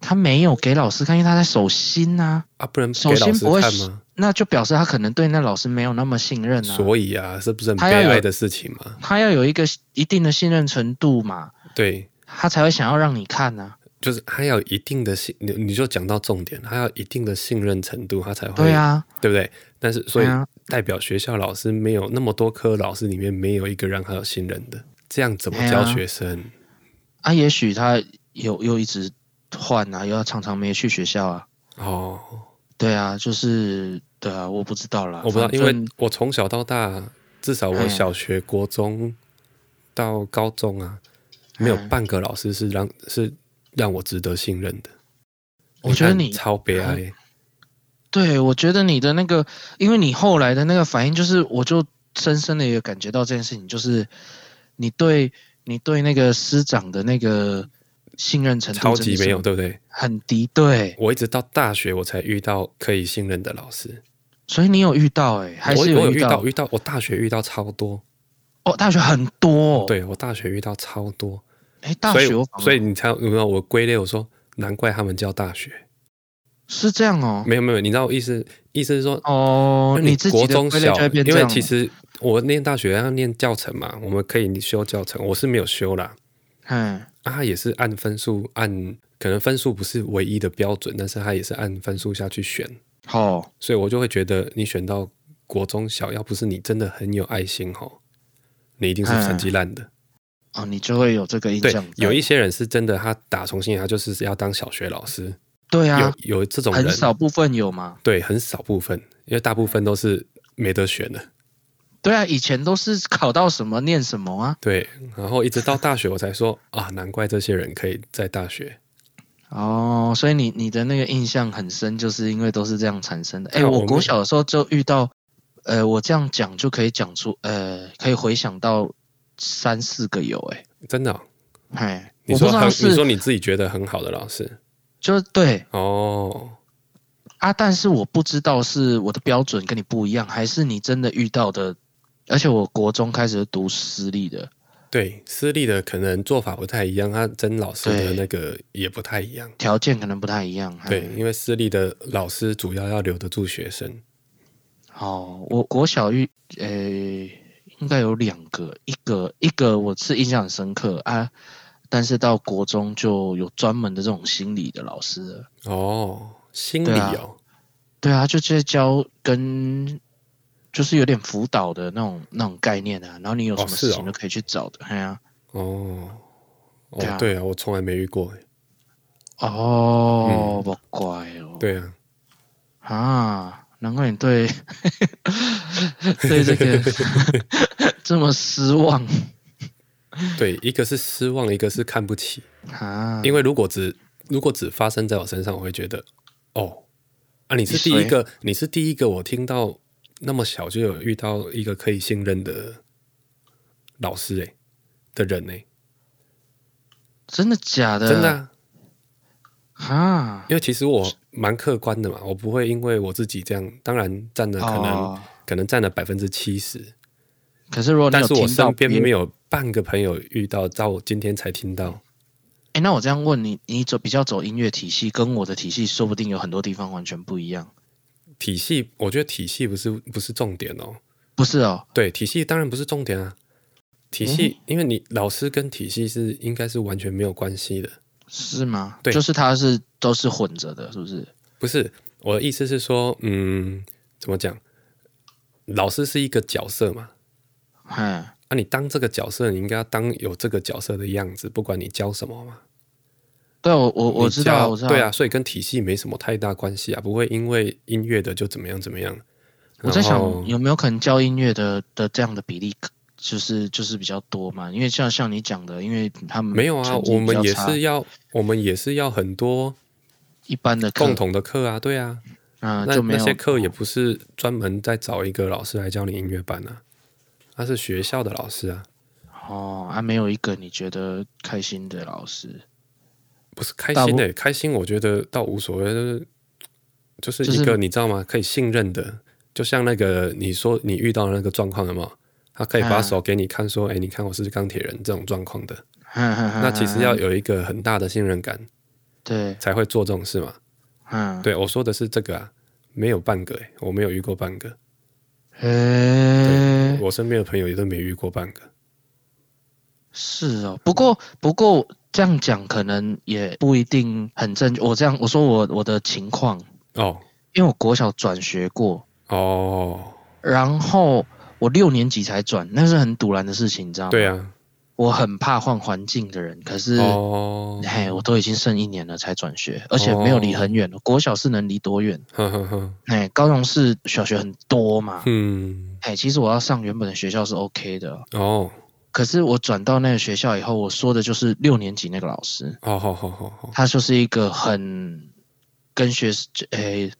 Speaker 2: 他没有给老师看，因为他在手心呐、
Speaker 3: 啊，不然给
Speaker 2: 首
Speaker 3: 老
Speaker 2: 先
Speaker 3: 师
Speaker 2: 不会
Speaker 3: 看
Speaker 2: 是
Speaker 3: 吗？
Speaker 2: 那就表示他可能对那老师没有那么信任啊。
Speaker 3: 所以啊，这不是很
Speaker 2: 他要
Speaker 3: 悲
Speaker 2: 有
Speaker 3: 哀的事情吗？
Speaker 2: 他要有一个一定的信任程度嘛，
Speaker 3: 对，
Speaker 2: 他才会想要让你看啊。
Speaker 3: 就是他要有一定的信，你你就讲到重点，他要有一定的信任程度，他才会
Speaker 2: 对，啊，
Speaker 3: 对不对？但是所以
Speaker 2: 对啊
Speaker 3: 代表学校老师没有那么多科老师里面没有一个让他有信任的，这样怎么
Speaker 2: 对啊
Speaker 3: 教学生？
Speaker 2: 啊，也许他有又一直换啊，又要常常没去学校啊。
Speaker 3: 哦，
Speaker 2: 对啊，就是对啊，我不知道啦，
Speaker 3: 我不知道，
Speaker 2: 反
Speaker 3: 因
Speaker 2: 正
Speaker 3: 为我从小到大，至少我
Speaker 2: 嗯
Speaker 3: 小学、国中到高中啊，没有
Speaker 2: 嗯
Speaker 3: 半个老师是让是让我值得信任的。
Speaker 2: 我觉得
Speaker 3: 看
Speaker 2: 你嗯
Speaker 3: 超悲哀，
Speaker 2: 对我觉得你的那个，因为你后来的那个反应，就是我就深深的也感觉到这件事情，就是你对你对那个师长的那个信任程度
Speaker 3: 超
Speaker 2: 真
Speaker 3: 级
Speaker 2: 的是
Speaker 3: 没有，对不对？
Speaker 2: 很低，对，
Speaker 3: 我一直到大学我才遇到可以信任的老师，
Speaker 2: 所以你有遇到哎、还
Speaker 3: 我
Speaker 2: 是
Speaker 3: 我有
Speaker 2: 遇
Speaker 3: 遇到遇到我大学遇到超多，
Speaker 2: 哦，大学很多、哦，，
Speaker 3: 嗯对我大学遇到超多，
Speaker 2: 哎，大
Speaker 3: 所以
Speaker 2: 学我反而
Speaker 3: 所以你才有没有我归类我说难怪他们叫大学，
Speaker 2: 是这样哦，
Speaker 3: 没有没有，你知道我意思意思是说
Speaker 2: 哦
Speaker 3: 那，
Speaker 2: 你自己
Speaker 3: 国
Speaker 2: 的
Speaker 3: 中
Speaker 2: 归类
Speaker 3: 小
Speaker 2: 就会，变
Speaker 3: 因
Speaker 2: 这
Speaker 3: 为
Speaker 2: 样
Speaker 3: 其
Speaker 2: 了，
Speaker 3: 实我念大学要念教程嘛，我们可以修教程，我是没有修啦。
Speaker 2: 嗯，
Speaker 3: 啊，它也是按分数，按可能分数不是唯一的标准，但是它也是按分数下去选，
Speaker 2: 好，
Speaker 3: 所以我就会觉得你选到国中小，要不是你真的很有爱心吼，你一定是成绩烂的。
Speaker 2: 哦，嗯你就会有这个印
Speaker 3: 对
Speaker 2: 象，，
Speaker 3: 有一些人是真的，他打从心里他就是要当小学老师，
Speaker 2: 对啊，
Speaker 3: 有有这种
Speaker 2: 很
Speaker 3: 人，
Speaker 2: 少部分有嘛，
Speaker 3: 对，很少部分，因为大部分都是没得选的。
Speaker 2: 对啊，以前都是考到什么念什么啊，
Speaker 3: 对，然后一直到大学我才说啊，难怪这些人可以在大学。
Speaker 2: 哦，所以你你的那个印象很深，就是因为都是这样产生的。哎、
Speaker 3: 对啊我
Speaker 2: 我
Speaker 3: 们
Speaker 2: 国小的时候就遇到，呃，我这样讲就可以讲出，呃，可以回想到三四个有、哎
Speaker 3: 真的哦、
Speaker 2: 哎，
Speaker 3: 你
Speaker 2: 我不
Speaker 3: 说
Speaker 2: 知
Speaker 3: 很
Speaker 2: 道
Speaker 3: 你说
Speaker 2: 是，
Speaker 3: 你自己觉得很好的老师
Speaker 2: 就是对
Speaker 3: 哦，
Speaker 2: 啊，但是我不知道是我的标准跟你不一样，还是你真的遇到的。而且我国中开始读私立的，
Speaker 3: 对，私立的可能做法不太一样，他真老师的
Speaker 2: 对
Speaker 3: 那个也不太一样。
Speaker 2: 条件可能不太一样。哎
Speaker 3: 对，因为私立的老师主要要留得住学生。
Speaker 2: 哦，我国小遇呃应该有两个，一个一个我是印象很深刻啊，但是到国中就有专门的这种心理的老师了，
Speaker 3: 哦，心理
Speaker 2: 对啊
Speaker 3: 哦，
Speaker 2: 对啊，就直接教跟就是有点辅导的那种那种概念啊，然后你有
Speaker 3: 哦
Speaker 2: 什么
Speaker 3: 是
Speaker 2: 事
Speaker 3: 哦
Speaker 2: 情都可以去找的，哎呀、
Speaker 3: 哦，哦，
Speaker 2: 对啊
Speaker 3: 对啊，我从来没遇过。
Speaker 2: 哦，不乖哦，
Speaker 3: 对啊，
Speaker 2: 啊，难怪你 对对这个这么失望，
Speaker 3: 对，一个是失望，一个是看不起。
Speaker 2: 啊，
Speaker 3: 因为如果只如果只发生在我身上，我会觉得，哦，啊，你是第一个，你是第一个，我听到那么小就有遇到一个可以信任的老师、欸，诶的人、欸，
Speaker 2: 真的假
Speaker 3: 诶，
Speaker 2: 的？
Speaker 3: 真的、啊，
Speaker 2: 啊，
Speaker 3: 因为其实我蛮客观的嘛，我不会因为我自己这样，当然占了可能、
Speaker 2: 哦
Speaker 3: 可能占了百分之七十，
Speaker 2: 可是如果你
Speaker 3: 但
Speaker 2: 有
Speaker 3: 是我
Speaker 2: 听到
Speaker 3: 身边
Speaker 2: 别人
Speaker 3: 没有半个朋友遇到，到我今天才听到。
Speaker 2: 哎，那我这样问你，你走比较走音乐体系，跟我的体系说不定有很多地方完全不一样。
Speaker 3: 体系，我觉得体系不是不是重点哦。
Speaker 2: 不是哦，
Speaker 3: 对，体系当然不是重点啊。体
Speaker 2: 嗯
Speaker 3: 系，因为你老师跟体系是应该是完全没有关系的。
Speaker 2: 是吗？
Speaker 3: 对
Speaker 2: 就是它是都是混着的，是不是？
Speaker 3: 不是，我的意思是说，嗯，怎么讲？老师是一个角色嘛，
Speaker 2: 哎，
Speaker 3: 啊，你当这个角色，你应该要当有这个角色的样子，不管你教什么嘛。
Speaker 2: 对我我我
Speaker 3: 你
Speaker 2: 知
Speaker 3: 教
Speaker 2: 道，我知道，
Speaker 3: 对啊，，所以跟体系没什么太大关系啊，不会因为音乐的就怎么样怎么样。
Speaker 2: 我在
Speaker 3: 然后
Speaker 2: 想有没有可能教音乐的的这样的比例，就是就是比较多嘛？因为像像你讲的，因为他们
Speaker 3: 没有啊，
Speaker 2: 成绩
Speaker 3: 我们
Speaker 2: 比较
Speaker 3: 也
Speaker 2: 差
Speaker 3: 是要，我们也是要很多
Speaker 2: 一般的课
Speaker 3: 共，同的课啊，对啊，
Speaker 2: 嗯、
Speaker 3: 那
Speaker 2: 就没
Speaker 3: 那
Speaker 2: 有
Speaker 3: 些课也不是专门在找一个老师来教你音乐班啊，那是学校的老师啊，
Speaker 2: 哦啊，没有一个你觉得开心的老师，
Speaker 3: 不是开
Speaker 2: 大
Speaker 3: 心
Speaker 2: 部
Speaker 3: 的、开心我觉得倒无所谓，就是就是
Speaker 2: 就
Speaker 3: 一
Speaker 2: 是
Speaker 3: 个你知道吗？可以信任的，就像那个你说你遇到的那个状况了嘛，他可以把
Speaker 2: 嗯
Speaker 3: 手给你看说，哎、你看我是钢铁人这种状况的，
Speaker 2: 那
Speaker 3: 那其实要有一个很大的信任感
Speaker 2: 对，
Speaker 3: 才会做这种事嘛。
Speaker 2: 嗯，
Speaker 3: 对，我说的是这个啊，没有半个、欸，我没有遇过半个，
Speaker 2: 诶，
Speaker 3: 我身边的朋友也都没遇过半个。
Speaker 2: 是哦，不过不过这样讲可能也不一定很正确。我这样我说我我的情况，
Speaker 3: 哦
Speaker 2: 因为我国小转学过，
Speaker 3: 哦，
Speaker 2: 然后我六年级才转，那是很堵然的事情，你知道吗？
Speaker 3: 对啊，
Speaker 2: 我很怕换环境的人，可是、
Speaker 3: 哦，
Speaker 2: 嘿，我都已经剩一年了才转学，而且没有离很远。国小是能离多远？
Speaker 3: 呵呵呵，
Speaker 2: 嘿，高雄市小学很多嘛。
Speaker 3: 嗯，
Speaker 2: 哎，其实我要上原本的学校是 OK 的，
Speaker 3: 哦，
Speaker 2: 可是我转到那个学校以后，我说的就是六年级那个老师。
Speaker 3: 哦好好好好好，
Speaker 2: 他就是一个很跟学生，诶、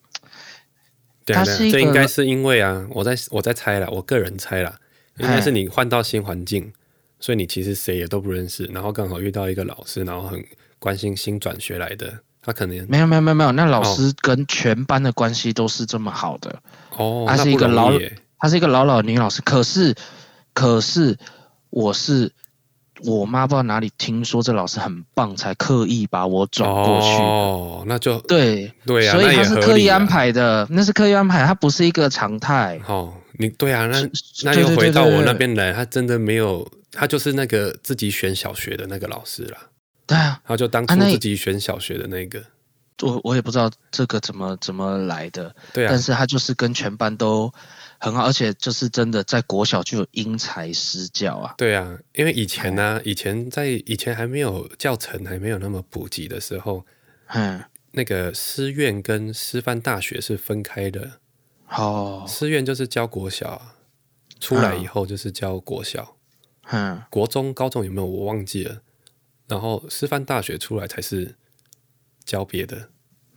Speaker 3: 对啊，
Speaker 2: 它
Speaker 3: 对啊
Speaker 2: 是一
Speaker 3: 这应
Speaker 2: 个
Speaker 3: 该是因为啊，我在我在猜啦，我个人猜啦，应该是你换到新环境，所以你其实谁也都不认识，然后刚好遇到一个老师，然后很关心新转学来的，他可能
Speaker 2: 没有没有没有没有，那老师跟全班的关系都是这么好的，
Speaker 3: 哦，
Speaker 2: 他
Speaker 3: 那
Speaker 2: 是一
Speaker 3: 不
Speaker 2: 个
Speaker 3: 容
Speaker 2: 老
Speaker 3: 易耶
Speaker 2: 她是一个老老的女老师，可是可是我是我妈不知道哪里听说这老师很棒，才刻意把我转过去。
Speaker 3: 哦，那就
Speaker 2: 对，
Speaker 3: 对啊，
Speaker 2: 所
Speaker 3: 那
Speaker 2: 以
Speaker 3: 也
Speaker 2: 他是
Speaker 3: 合
Speaker 2: 刻
Speaker 3: 理
Speaker 2: 意
Speaker 3: 啊
Speaker 2: 安。排的，那是刻意安排，它不是一个常态。
Speaker 3: 哦，你对啊，那那
Speaker 2: 对
Speaker 3: 又
Speaker 2: 对
Speaker 3: 回
Speaker 2: 对
Speaker 3: 到
Speaker 2: 对对
Speaker 3: 我那边来，他真的没有，他就是那个自己选小学的那个老师啦。
Speaker 2: 对啊，
Speaker 3: 他就当初
Speaker 2: 啊那
Speaker 3: 自己选小学的那个，
Speaker 2: 我我也不知道这个怎么怎么来的，
Speaker 3: 对啊
Speaker 2: 但，是他就是跟全班都很好，而且就是真的在国小就有因材施教啊。
Speaker 3: 对啊，因为以前呢、以前在以前还没有教程还没有那么普及的时候，
Speaker 2: 嗯，
Speaker 3: 那个师院跟师范大学是分开的，
Speaker 2: 好，
Speaker 3: 师院就是教国小啊，出来以后就是教国小，
Speaker 2: 嗯，
Speaker 3: 国中、高中有没有我忘记了，然后师范大学出来才是教别的，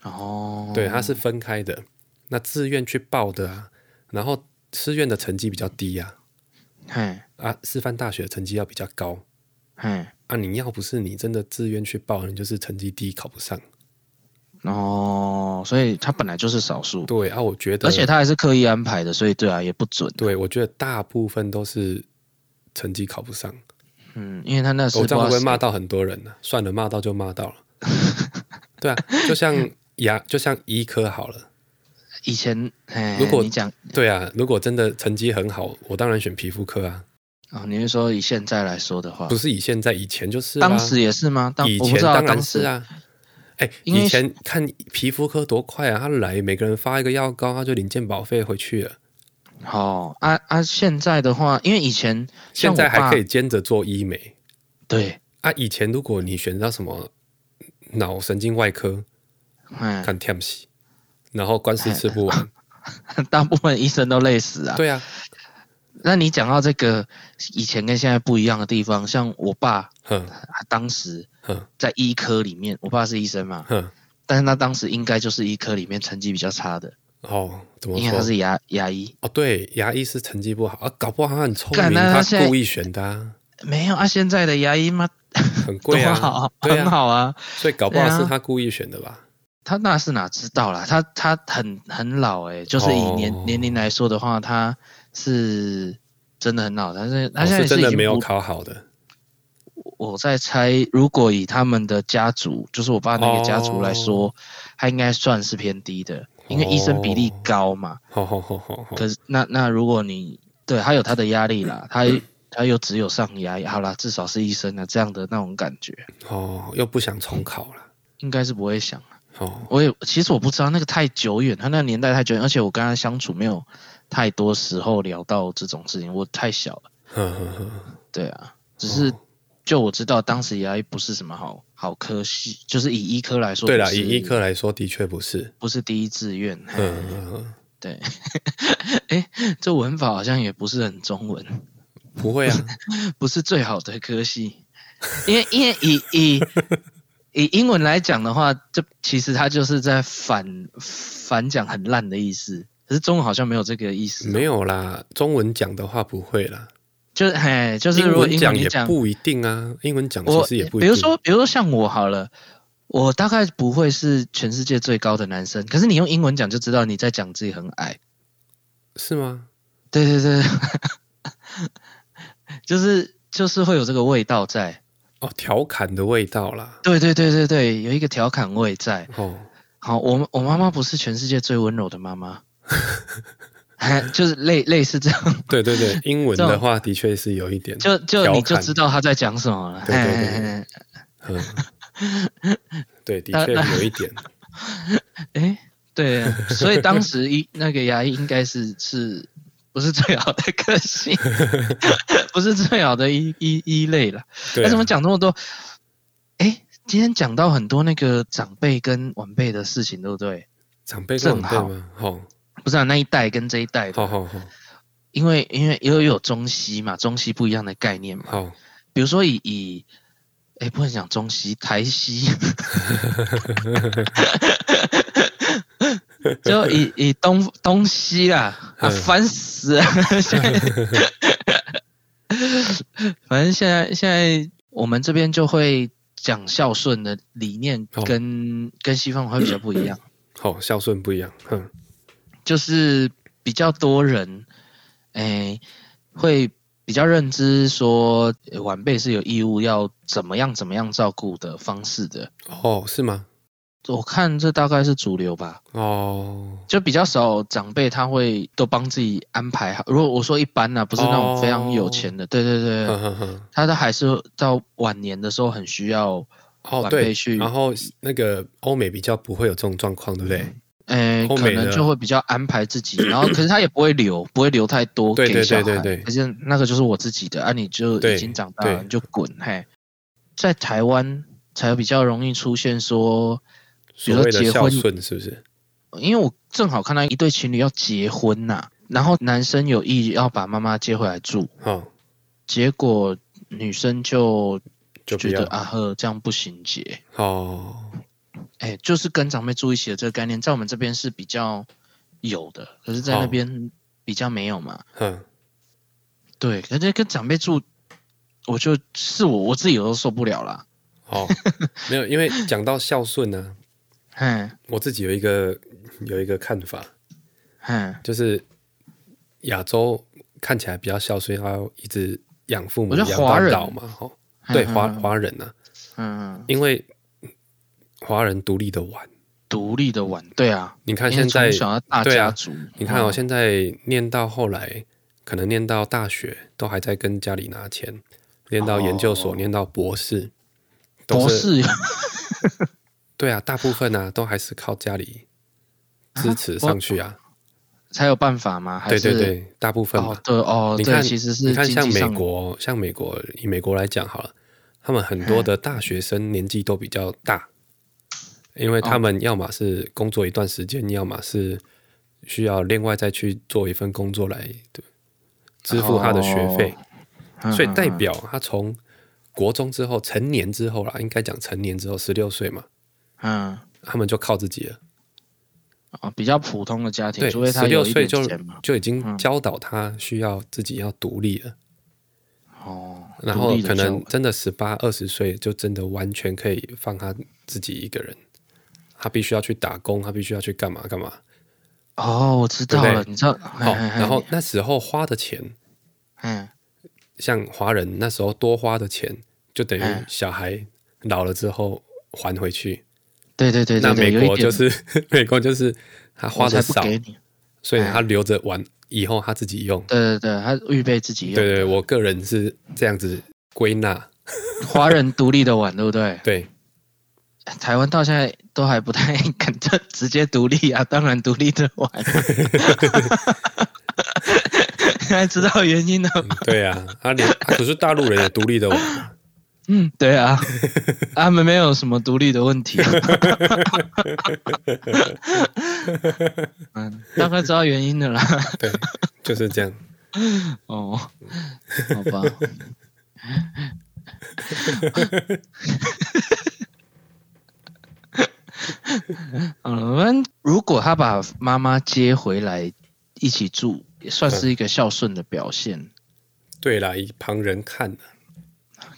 Speaker 2: 哦，
Speaker 3: 对，它是分开的。那自愿去报的啊，然后师院的成绩比较低啊，
Speaker 2: 嘿，
Speaker 3: 啊，师范大学的成绩要比较高
Speaker 2: 嘿，
Speaker 3: 啊。你要不是你真的自愿去报，你就是成绩低考不上。
Speaker 2: 哦，所以他本来就是少数，
Speaker 3: 对啊，我觉得，
Speaker 2: 而且他还是刻意安排的，所以对啊，也不准。
Speaker 3: 对我觉得大部分都是成绩考不上。哦
Speaker 2: 嗯，因为他那时
Speaker 3: 我
Speaker 2: 候
Speaker 3: 这样会不会骂到很多人呢、算了，骂到就骂到了。 对啊，就像牙，就像医科好了。
Speaker 2: 以前，嘿，
Speaker 3: 如果
Speaker 2: 你讲
Speaker 3: 对啊，如果真的成绩很好，我当然选皮肤科啊，
Speaker 2: 哦，你是说以现在来说的话
Speaker 3: 不，是以现在，以前就是、啊。
Speaker 2: 哦当时也是吗？当
Speaker 3: 以
Speaker 2: 我不
Speaker 3: 前
Speaker 2: 知道
Speaker 3: 当然
Speaker 2: 当
Speaker 3: 是
Speaker 2: 时，
Speaker 3: 啊。哎，
Speaker 2: 因为
Speaker 3: 以前看皮肤科多快啊！他来，每个人发一个药膏，他就领健保费回去了。
Speaker 2: 哦，啊啊，现在的话，因为以前像
Speaker 3: 现
Speaker 2: 我
Speaker 3: 在还
Speaker 2: 爸
Speaker 3: 可以兼着做医美
Speaker 2: 对，
Speaker 3: 啊！以前如果你选到什么脑神经外科，
Speaker 2: 嗯，
Speaker 3: 看 t a m s 然后官司吃不完，
Speaker 2: 大部分医生都累死啊。
Speaker 3: 对啊，
Speaker 2: 那你讲到这个以前跟现在不一样的地方，像我爸啊
Speaker 3: 哼
Speaker 2: 当时
Speaker 3: 哼
Speaker 2: 在医科里面，我爸是医生嘛，
Speaker 3: 哼，
Speaker 2: 但是他当时应该就是医科里面成绩比较差的，
Speaker 3: 哦，怎么
Speaker 2: 因为他
Speaker 3: 说？
Speaker 2: 是牙牙医。
Speaker 3: 哦，对，牙医是成绩不好啊，搞不好他很聪
Speaker 2: 干
Speaker 3: 明，
Speaker 2: 那
Speaker 3: 他
Speaker 2: 他现在
Speaker 3: 故意选的、啊，
Speaker 2: 没有啊，现在的牙医嘛
Speaker 3: 很
Speaker 2: 多
Speaker 3: 贵
Speaker 2: 好
Speaker 3: 啊，对
Speaker 2: 很
Speaker 3: 啊，
Speaker 2: 好啊。
Speaker 3: 所以搞不好
Speaker 2: 对啊
Speaker 3: 是他故意选的吧？
Speaker 2: 他那是哪知道啦？他他很很老哎、就是以年、
Speaker 3: 哦
Speaker 2: 年龄来说的话，他是真的很老，但是他
Speaker 3: 我
Speaker 2: 现在
Speaker 3: 哦是真
Speaker 2: 已
Speaker 3: 的
Speaker 2: 经
Speaker 3: 没有
Speaker 2: 不
Speaker 3: 考好的，
Speaker 2: 我在猜，如果以他们的家族，就是我爸那个家族来说，
Speaker 3: 哦
Speaker 2: 他应该算是偏低的，因为医生比例高嘛。
Speaker 3: 好好好好好，
Speaker 2: 可是那那如果你对他有他的压力啦，他他又只有上牙，好啦，至少是医生的啊这样的那种感觉，
Speaker 3: 哦，又不想重考了，
Speaker 2: 应该是不会想。啊
Speaker 3: 哦，
Speaker 2: 我也其实我不知道那个太久远，他那个年代太久远，而且我跟他相处没有太多时候聊到这种事情，我太小了。
Speaker 3: 呵呵呵，
Speaker 2: 对啊，只是
Speaker 3: 哦
Speaker 2: 就我知道当时牙医不是什么好好科系，就是以医科来说，
Speaker 3: 对
Speaker 2: 了
Speaker 3: 了，，以医科来说的确不是，
Speaker 2: 不是第一志愿。
Speaker 3: 嗯嗯，嗯
Speaker 2: 对， 哎，这文法好像也不是很中文，
Speaker 3: 不会啊，
Speaker 2: 不是最好的科系，因为因为以以以英文来讲的话，这其实它就是在反反讲很烂的意思。可是中文好像没有这个意思，
Speaker 3: 没有啦，中文讲的话不会啦，
Speaker 2: 就是嘿，就是
Speaker 3: 英
Speaker 2: 如果
Speaker 3: 文
Speaker 2: 英文
Speaker 3: 讲
Speaker 2: 你
Speaker 3: 也
Speaker 2: 讲，
Speaker 3: 不一定啊，英文讲其
Speaker 2: 我
Speaker 3: 实也不一定，
Speaker 2: 比如说比如说像我好了，我大概不会是全世界最高的男生，可是你用英文讲就知道你在讲自己很矮。
Speaker 3: 是吗？
Speaker 2: 对对对， 就是就是会有这个味道在。
Speaker 3: 哦，调侃的味道啦，
Speaker 2: 对对对对对，有一个调侃味在。
Speaker 3: 哦，
Speaker 2: 好，我我妈妈不是全世界最温柔的妈妈， 哎就是类类似这样，
Speaker 3: 对对对，英文
Speaker 2: 这
Speaker 3: 的
Speaker 2: 种
Speaker 3: 话的确是有一点，
Speaker 2: 就就你
Speaker 3: 调
Speaker 2: 就
Speaker 3: 侃
Speaker 2: 知道她在讲什么了。哎
Speaker 3: 对对对
Speaker 2: 嘿嘿嘿
Speaker 3: 嗯，对，的
Speaker 2: 那
Speaker 3: 确
Speaker 2: 那
Speaker 3: 有一点，
Speaker 2: 哎，对，所以当时一那个牙医应该是是不是最好的科 系，不是最好的一一一类了。
Speaker 3: 对、
Speaker 2: 那、
Speaker 3: 啊，
Speaker 2: 怎么讲这么多？哎，今天讲到很多那个长辈跟晚辈的事情，对不对？
Speaker 3: 长辈跟晚辈
Speaker 2: 正好
Speaker 3: 吗？好，
Speaker 2: 不是、啊、那一代跟这一代的，
Speaker 3: 好好好
Speaker 2: 因为因为又有中西嘛，中西不一样的概念嘛。
Speaker 3: 好，
Speaker 2: 比如说以以，哎，不能讲中西，台西，就以以东东西啦，啊，
Speaker 3: 嗯
Speaker 2: 烦死了！ 现在反正现在现在我们这边就会讲孝顺的理念
Speaker 3: 哦
Speaker 2: 跟，跟、西方会比较不一样，
Speaker 3: 好，孝顺不一样，嗯，
Speaker 2: 就是比较多人，哎，会。比较认知说，呃晚辈是有义务要怎么样怎么样照顾的方式的。
Speaker 3: 哦，是吗？
Speaker 2: 我看这大概是主流吧。
Speaker 3: 哦，
Speaker 2: 就比较少长辈他会都帮自己安排好。如果我说一般啊呢、不是那种非常有钱的，对对对，
Speaker 3: 哼哼哼，
Speaker 2: 他的还是到晚年的时候很需要，
Speaker 3: 哦，
Speaker 2: 晚
Speaker 3: 对
Speaker 2: 辈，去
Speaker 3: 然后那个欧美比较不会有这种状况，对不对？
Speaker 2: 呃，
Speaker 3: 欧
Speaker 2: 可
Speaker 3: 美的
Speaker 2: 能就会比较安排自己， 然后可是他也不会留， 不会留太多
Speaker 3: 对
Speaker 2: 给
Speaker 3: 对
Speaker 2: 小孩，
Speaker 3: 对对对
Speaker 2: 可是那个就是我自己的，啊，你就
Speaker 3: 对
Speaker 2: 已经长大了，
Speaker 3: 对
Speaker 2: 你就滚，嘿，在台湾才比较容易出现说，比如说
Speaker 3: 所谓的
Speaker 2: 结
Speaker 3: 孝
Speaker 2: 婚
Speaker 3: 顺是不是？
Speaker 2: 因为我正好看到一对情侣要结婚呐、然后男生有意要把妈妈接回来住，
Speaker 3: 哦，
Speaker 2: 结果女生就
Speaker 3: 就不
Speaker 2: 觉
Speaker 3: 要
Speaker 2: 得啊呵，这样不行结。
Speaker 3: 哦，
Speaker 2: 哎，就是跟长辈住一起的这个概念，在我们这边是比较有的，可是在
Speaker 3: 哦
Speaker 2: 那边比较没有嘛。
Speaker 3: 哼，
Speaker 2: 对，可是跟长辈住，我就是我我自己有都受不了啦。
Speaker 3: 哦，没有，因为讲到孝顺呢、
Speaker 2: 嗯
Speaker 3: 我自己有一个有一个看法，
Speaker 2: 嗯，
Speaker 3: 就是亚洲看起来比较孝顺，要一直养父母
Speaker 2: 我觉得
Speaker 3: 养
Speaker 2: 华
Speaker 3: 到
Speaker 2: 人
Speaker 3: 老嘛，哦，对，
Speaker 2: 嗯
Speaker 3: 华
Speaker 2: 嗯
Speaker 3: 华人啊，
Speaker 2: 嗯，
Speaker 3: 因为华人独立的晚。
Speaker 2: 独立的晚，对啊，
Speaker 3: 你看
Speaker 2: 因为
Speaker 3: 现在
Speaker 2: 从，小要大
Speaker 3: 对
Speaker 2: 家
Speaker 3: 啊
Speaker 2: 族，
Speaker 3: 你看哦，
Speaker 2: 嗯
Speaker 3: 现在念到后来，可能念到大学都还在跟家里拿钱，念到研究所，
Speaker 2: 哦
Speaker 3: 念到博士，都
Speaker 2: 博
Speaker 3: 是
Speaker 2: 士
Speaker 3: 对啊，大部分啊都还是靠家里支持
Speaker 2: 我
Speaker 3: 上去啊。
Speaker 2: 才有办法吗？还
Speaker 3: 对
Speaker 2: 是
Speaker 3: 对对，大部分嘛。
Speaker 2: 哦对哦，
Speaker 3: 你
Speaker 2: 对
Speaker 3: 看
Speaker 2: 其实是
Speaker 3: 你看，
Speaker 2: 经
Speaker 3: 像
Speaker 2: 济
Speaker 3: 美
Speaker 2: 上
Speaker 3: 国，像美国，以美国来讲好了，他们很多的
Speaker 2: 嗯
Speaker 3: 大学生年纪都比较大，因为他
Speaker 2: 哦
Speaker 3: 们要么是工作一段时间，要么是需要另外再去做一份工作来对支付他的学费，
Speaker 2: 哦
Speaker 3: 所以代表他从国中之后成年之后啦，应该讲成年之后十六岁嘛，
Speaker 2: 嗯
Speaker 3: 他们就靠自己了。
Speaker 2: 啊，比较普通的家庭，
Speaker 3: 对，
Speaker 2: 除非
Speaker 3: 十
Speaker 2: 他
Speaker 3: 六
Speaker 2: 有一
Speaker 3: 岁
Speaker 2: 点
Speaker 3: 就
Speaker 2: 钱嘛。嗯
Speaker 3: 就已经教导他需要自己要独立了，
Speaker 2: 哦，
Speaker 3: 然后
Speaker 2: 独立的
Speaker 3: 可能
Speaker 2: 就
Speaker 3: 真的十八二十岁就真的完全可以放他自己一个人，他必须要去打工，他必须要去干嘛干嘛。
Speaker 2: 哦，我知道
Speaker 3: 对不
Speaker 2: 了，
Speaker 3: 对
Speaker 2: 你知道，好
Speaker 3: 好，然后那时候花的钱，
Speaker 2: 嗯，
Speaker 3: 像华人那时候多花的钱，就等于小孩老了之后还回去。
Speaker 2: 对对对
Speaker 3: 那
Speaker 2: 对对，有
Speaker 3: 美
Speaker 2: 一
Speaker 3: 国
Speaker 2: 点
Speaker 3: 就是 美国就是他
Speaker 2: 我
Speaker 3: 花
Speaker 2: 才
Speaker 3: 的
Speaker 2: 不
Speaker 3: 少，
Speaker 2: 给哎你，
Speaker 3: 所以他留着玩以后他自己用。
Speaker 2: 对对对，他预备自己用，
Speaker 3: 对对，我个人是这样子归纳。
Speaker 2: 华人独立的碗，对不对？
Speaker 3: 对，
Speaker 2: 台湾到现在都还不太敢这直接独立啊，当然独立的碗，现在知道原因了吗？
Speaker 3: 对啊，他连他可是大陆人也独立的玩啊，
Speaker 2: 嗯，对啊，他们没有什么独立的问题。嗯，大概知道原因的啦。
Speaker 3: 对，就是这样。
Speaker 2: 哦，好 吧。好了，我们如果他把妈妈接回来一起住，也算是一个孝顺的表现。
Speaker 3: 对啦，以旁人看啊，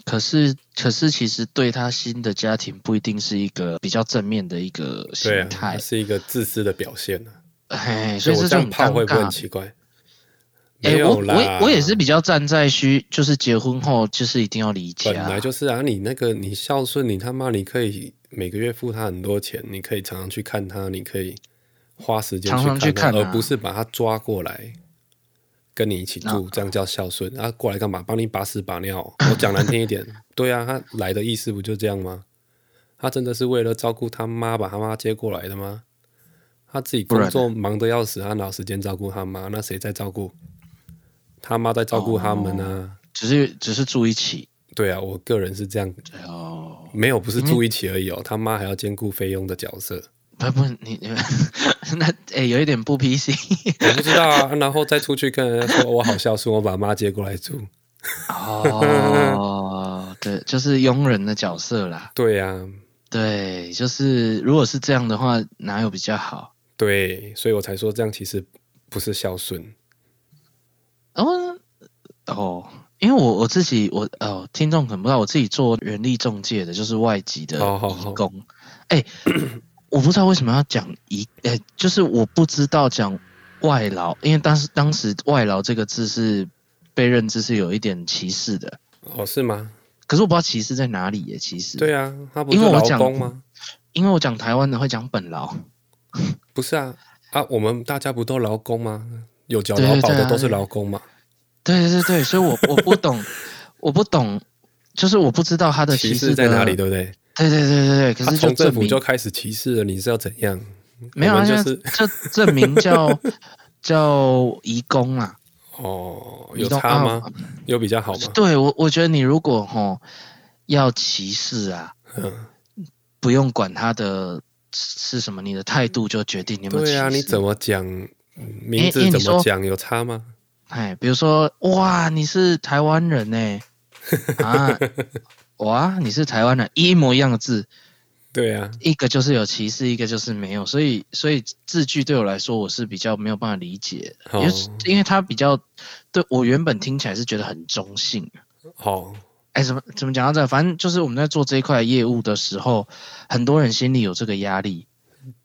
Speaker 2: 可是，可是其实对他新的家庭不一定是一个比较正面的一个心
Speaker 3: 对啊，
Speaker 2: 态
Speaker 3: 它。是一个自私的表现啊。
Speaker 2: 哎，所
Speaker 3: 所
Speaker 2: 以
Speaker 3: 以我
Speaker 2: 这
Speaker 3: 这样
Speaker 2: 种
Speaker 3: 泡
Speaker 2: 尴
Speaker 3: 会不会很
Speaker 2: 尬。
Speaker 3: 奇怪？
Speaker 2: 哎、
Speaker 3: 没
Speaker 2: 我
Speaker 3: 有啦
Speaker 2: 我也我也是比较站在需，就是结婚后就是一定要离家。
Speaker 3: 本来就是啊，你那个你孝顺，你他妈你可以每个月付他很多钱，你可以常常去看他，你可以花时间
Speaker 2: 常常去
Speaker 3: 看
Speaker 2: 看
Speaker 3: 他，
Speaker 2: 啊
Speaker 3: 而不是把他抓过来跟你一起住，这样叫孝顺。啊，过来干嘛？帮你把屎把尿？我讲难听一点，对啊，他来的意思不就这样吗？他真的是为了照顾他妈，把他妈接过来的吗？他自己工作忙得要死，他哪有时间照顾他妈？那谁在照顾？他妈在照顾他们啊。
Speaker 2: 只是只是住一起
Speaker 3: 对啊，我个人是这样
Speaker 2: 哦。
Speaker 3: 没有，不是住一起而已
Speaker 2: 嗯
Speaker 3: 哦，他妈还要兼顾菲佣的角色，
Speaker 2: 不不，你 你那哎、有一点不 PC
Speaker 3: 我不知道啊。然后再出去跟人家说我好孝顺，我把妈接过来住。
Speaker 2: 哦。 对，就是佣人的角色啦。
Speaker 3: 对啊，
Speaker 2: 对，就是如果是这样的话，哪有比较好？
Speaker 3: 对，所以我才说这样其实不是孝顺。
Speaker 2: 哦哦，因为我我自己我哦，听众可能不知道，我自己做人力中介的，就是外籍的
Speaker 3: 好好好
Speaker 2: 移工。哎、 我不知道为什么要讲移，哎、就是我不知道讲外劳，因为当时当时外劳这个字是被认知是有一点歧视的，
Speaker 3: 哦，是吗？
Speaker 2: 可是我不知道歧视在哪里耶，其实，
Speaker 3: 对啊，他不是
Speaker 2: 嗯因为我
Speaker 3: 劳
Speaker 2: 讲
Speaker 3: 工吗？
Speaker 2: 因为我讲台湾的会讲本劳，
Speaker 3: 不是啊，啊，我们大家不都劳工吗？有缴
Speaker 2: 对
Speaker 3: 劳保
Speaker 2: 对
Speaker 3: 的
Speaker 2: 啊
Speaker 3: 都是劳工嘛，
Speaker 2: 对对对，所以我 我不懂，我不懂。就是我不知道他的
Speaker 3: 歧
Speaker 2: 视
Speaker 3: 视在哪里，
Speaker 2: 的，
Speaker 3: 对不对？
Speaker 2: 对对对对对。可
Speaker 3: 他
Speaker 2: 是就
Speaker 3: 从政
Speaker 2: 证
Speaker 3: 府
Speaker 2: 明
Speaker 3: 就开始歧视了，你是要怎样？
Speaker 2: 没有
Speaker 3: 我
Speaker 2: 啊，
Speaker 3: 们就
Speaker 2: 现
Speaker 3: 是
Speaker 2: 在这证明 叫叫移工啊，
Speaker 3: 哦，
Speaker 2: 移
Speaker 3: 有
Speaker 2: 动
Speaker 3: 差
Speaker 2: 啊
Speaker 3: 吗？有比较好吗？
Speaker 2: 对我，我觉得你如果吼要歧视啊，
Speaker 3: 嗯，
Speaker 2: 不用管他的是什么，你的态度就决定你有没有歧
Speaker 3: 对
Speaker 2: 视。
Speaker 3: 啊，你怎么讲名
Speaker 2: 因
Speaker 3: 字
Speaker 2: 为
Speaker 3: 怎
Speaker 2: 哎你说
Speaker 3: 么讲有差吗？
Speaker 2: 哎，比如说，哇，你是台湾人呢、啊，哇，你是台湾人，一模一样的字，
Speaker 3: 对啊，
Speaker 2: 一个就是有歧视，一个就是没有，所以所以字句对我来说我是比较没有办法理解的，
Speaker 3: 哦
Speaker 2: 因为因为它比较对我原本听起来是觉得很中性。
Speaker 3: 好，
Speaker 2: 哎，怎么怎么讲到这？反正就是我们在做这一块业务的时候，很多人心里有这个压力，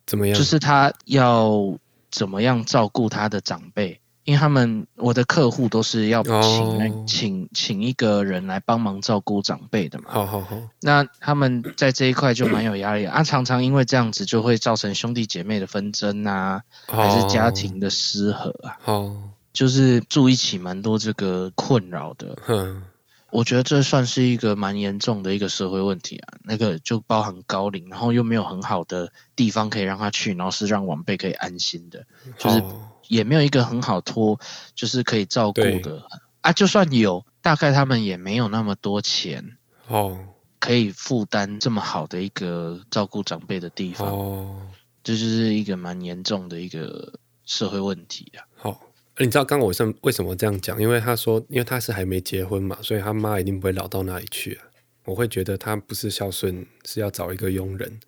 Speaker 3: 怎么样？
Speaker 2: 就是他要怎么样照顾他的长辈，因为他们我的客户都是要请那、
Speaker 3: 哦
Speaker 2: 请请一个人来帮忙照顾长辈的嘛。
Speaker 3: 好好好，
Speaker 2: 那他们在这一块就蛮有压力的啊，常常因为这样子就会造成兄弟姐妹的纷争啊，还是家庭的失和啊，
Speaker 3: 哦？
Speaker 2: 就是住一起蛮多这个困扰的。
Speaker 3: 好，哼，
Speaker 2: 我觉得这算是一个蛮严重的一个社会问题啊。那个就包含高龄，然后又没有很好的地方可以让他去，然后是让晚辈可以安心的，就是
Speaker 3: 好
Speaker 2: 也没有一个很好托，就是可以照顾
Speaker 3: 对
Speaker 2: 的啊。就算有，大概他们也没有那么多钱
Speaker 3: 哦
Speaker 2: 可以负担这么好的一个照顾长辈的地方，
Speaker 3: 哦
Speaker 2: 这就是一个蛮严重的一个社会问题啊。
Speaker 3: 好，哎你知道刚我为为什么这样讲？因为他说，因为他是还没结婚嘛，所以他妈一定不会老到哪里去啊。我会觉得他不是孝顺，是要找一个佣人，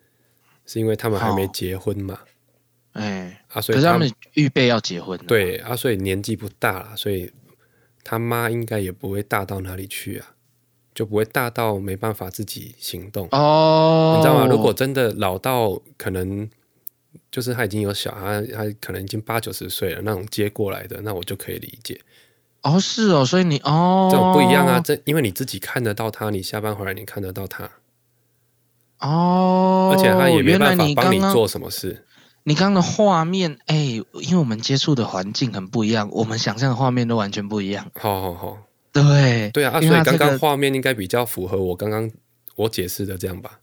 Speaker 3: 是因为他们还没结婚嘛。
Speaker 2: 哎、
Speaker 3: 啊，所
Speaker 2: 可
Speaker 3: 以
Speaker 2: 是他们预备要结婚了，
Speaker 3: 对啊，所以年纪不大了，所以他妈应该也不会大到哪里去啊，就不会大到没办法自己行动。
Speaker 2: 哦，
Speaker 3: 你知道吗？如果真的老到可能就是他已经有小孩，他可能已经八九十岁了，那种接过来的，那我就可以理解。
Speaker 2: 哦是哦，所以你哦
Speaker 3: 这种不一样啊，这因为你自己看得到他，你下班回来你看得到他，
Speaker 2: 哦，
Speaker 3: 而且他也没
Speaker 2: 原来
Speaker 3: 办法
Speaker 2: 你
Speaker 3: 帮
Speaker 2: 刚
Speaker 3: 你
Speaker 2: 刚
Speaker 3: 做什么事。
Speaker 2: 你刚刚的画面，哎、因为我们接触的环境很不一样，我们想象的画面都完全不一样。
Speaker 3: 好好好，
Speaker 2: 对，
Speaker 3: 对啊，啊
Speaker 2: 因
Speaker 3: 所
Speaker 2: 为他
Speaker 3: 以刚
Speaker 2: 这
Speaker 3: 刚
Speaker 2: 个
Speaker 3: 画面应该比较符合我刚刚我解释的这样吧？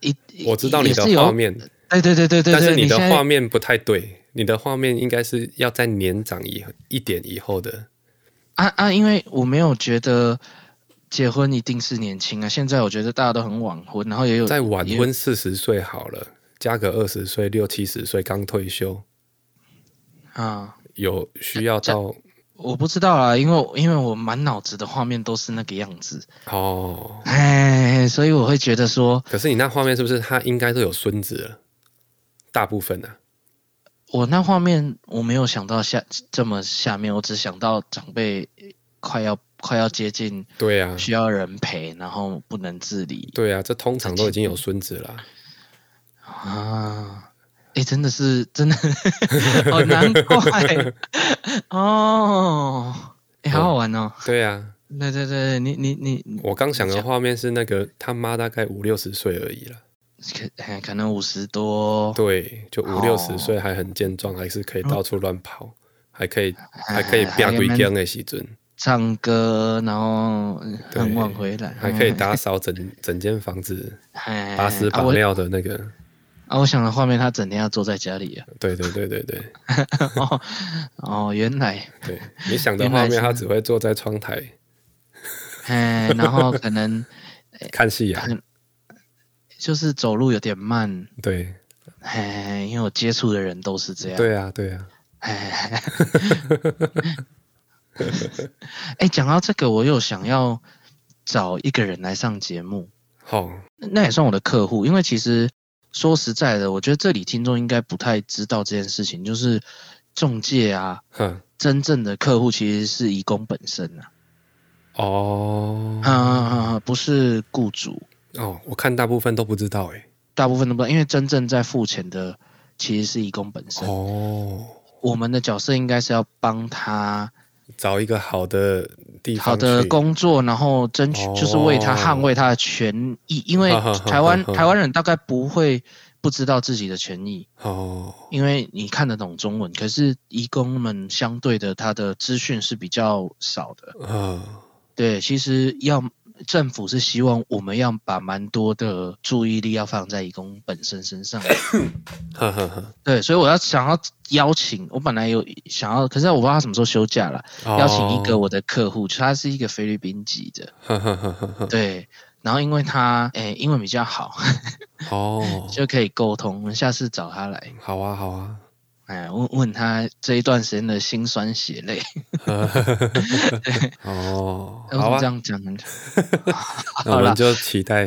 Speaker 2: 一
Speaker 3: 我知道你的
Speaker 2: 也是有
Speaker 3: 画面，
Speaker 2: 哎，对对对对
Speaker 3: 但
Speaker 2: 对，
Speaker 3: 是你的
Speaker 2: 现在
Speaker 3: 画面不太对，你的画面应该是要在年长以后一点以后的。
Speaker 2: 啊啊，因为我没有觉得结婚一定是年轻啊，现在我觉得大家都很晚婚，然后也有
Speaker 3: 再晚
Speaker 2: 呃也
Speaker 3: 婚四十岁好了，加个二十岁、六七十岁刚退休，
Speaker 2: 啊，
Speaker 3: 有需要到
Speaker 2: 我不知道啦，因为我因为我满脑子的画面都是那个样子，
Speaker 3: 哦。
Speaker 2: 哎，所以我会觉得说，
Speaker 3: 可是你那画面是不是他应该都有孙子了？大部分啊，
Speaker 2: 我那画面我没有想到下这么下面，我只想到长辈快要快要接近
Speaker 3: 对啊，
Speaker 2: 需要人陪，然后不能自理
Speaker 3: 对啊，这通常都已经有孙子了啊。
Speaker 2: 啊！哎，真的是真的，好难怪哦。哎，好好玩哦！
Speaker 3: 对啊，
Speaker 2: 对对对，你你你，
Speaker 3: 我刚
Speaker 2: 啊
Speaker 3: 想的画面是那个他妈大概五六十岁而已了，
Speaker 2: 可哎可能五十多，
Speaker 3: 对，就五
Speaker 2: 哦嗯
Speaker 3: 六十岁还很健壮，还是可以到处乱跑，还可以还可以
Speaker 2: 哎
Speaker 3: 变鬼
Speaker 2: 还嗯
Speaker 3: gang 的时阵，
Speaker 2: 唱歌，然后
Speaker 3: 对
Speaker 2: 很晚回来，
Speaker 3: 还可以打扫整 整间房子，
Speaker 2: 哎
Speaker 3: 把屎
Speaker 2: 啊
Speaker 3: 把
Speaker 2: 我
Speaker 3: 尿的那个。
Speaker 2: 啊！我想的画面，他整天要坐在家里啊。
Speaker 3: 对对对对对
Speaker 2: 哦哦，原来
Speaker 3: 对，你想的
Speaker 2: 原来
Speaker 3: 画
Speaker 2: 是
Speaker 3: 面，他
Speaker 2: 那
Speaker 3: 只会坐在窗台
Speaker 2: 哎，然后可能 哎
Speaker 3: 看夕阳。
Speaker 2: 就是走路有点慢，
Speaker 3: 对
Speaker 2: 哎，因为我接触的人都是这样。
Speaker 3: 对啊对啊，
Speaker 2: 哎，哎讲到这个，我有想要找一个人来上节目，
Speaker 3: 好，
Speaker 2: 那也算我的客户，因为其实说实在的，我觉得这里听众应该不太知道这件事情，就是中介啊，
Speaker 3: 哼，
Speaker 2: 真正的客户其实是义工本身啊，
Speaker 3: 哦
Speaker 2: 啊啊啊啊不是雇主，
Speaker 3: 哦，我看大部分都不知道哎。
Speaker 2: 大部分都不知道，因为真正在付钱的其实是义工本身，
Speaker 3: 哦，
Speaker 2: 我们的角色应该是要帮他。
Speaker 3: 找一个好的地方，
Speaker 2: 好的，工作，然后争取
Speaker 3: 哦
Speaker 2: 就是为他捍卫他的权益，因为台湾台湾人大概不会不知道自己的权益，
Speaker 3: 哦，
Speaker 2: 因为你看得懂中文，可是移工们相对的他的资讯是比较少的。
Speaker 3: 啊，
Speaker 2: 对，其实要政府是希望我们要把蛮多的注意力要放在移工本身身 上。
Speaker 3: 哈哈哈
Speaker 2: 对，所以我要想要邀请，我本来有想要，可是我不知道他什么时候休假了，，
Speaker 3: 哦
Speaker 2: 邀请一个，我的客户，他是一个菲律宾籍的。
Speaker 3: 哈哈哈哈哈，
Speaker 2: 对，然后因为他诶、英文比较好，
Speaker 3: 哦，
Speaker 2: 就可以沟通。我们下次找他来，
Speaker 3: 好啊好啊，
Speaker 2: 哎，问问他这一段时间的辛酸血泪。
Speaker 3: 哦，
Speaker 2: 哎我怎
Speaker 3: 好
Speaker 2: 么
Speaker 3: 啊
Speaker 2: 这，样讲呢？
Speaker 3: 那
Speaker 2: 好
Speaker 3: 我
Speaker 2: 啦
Speaker 3: 们就期待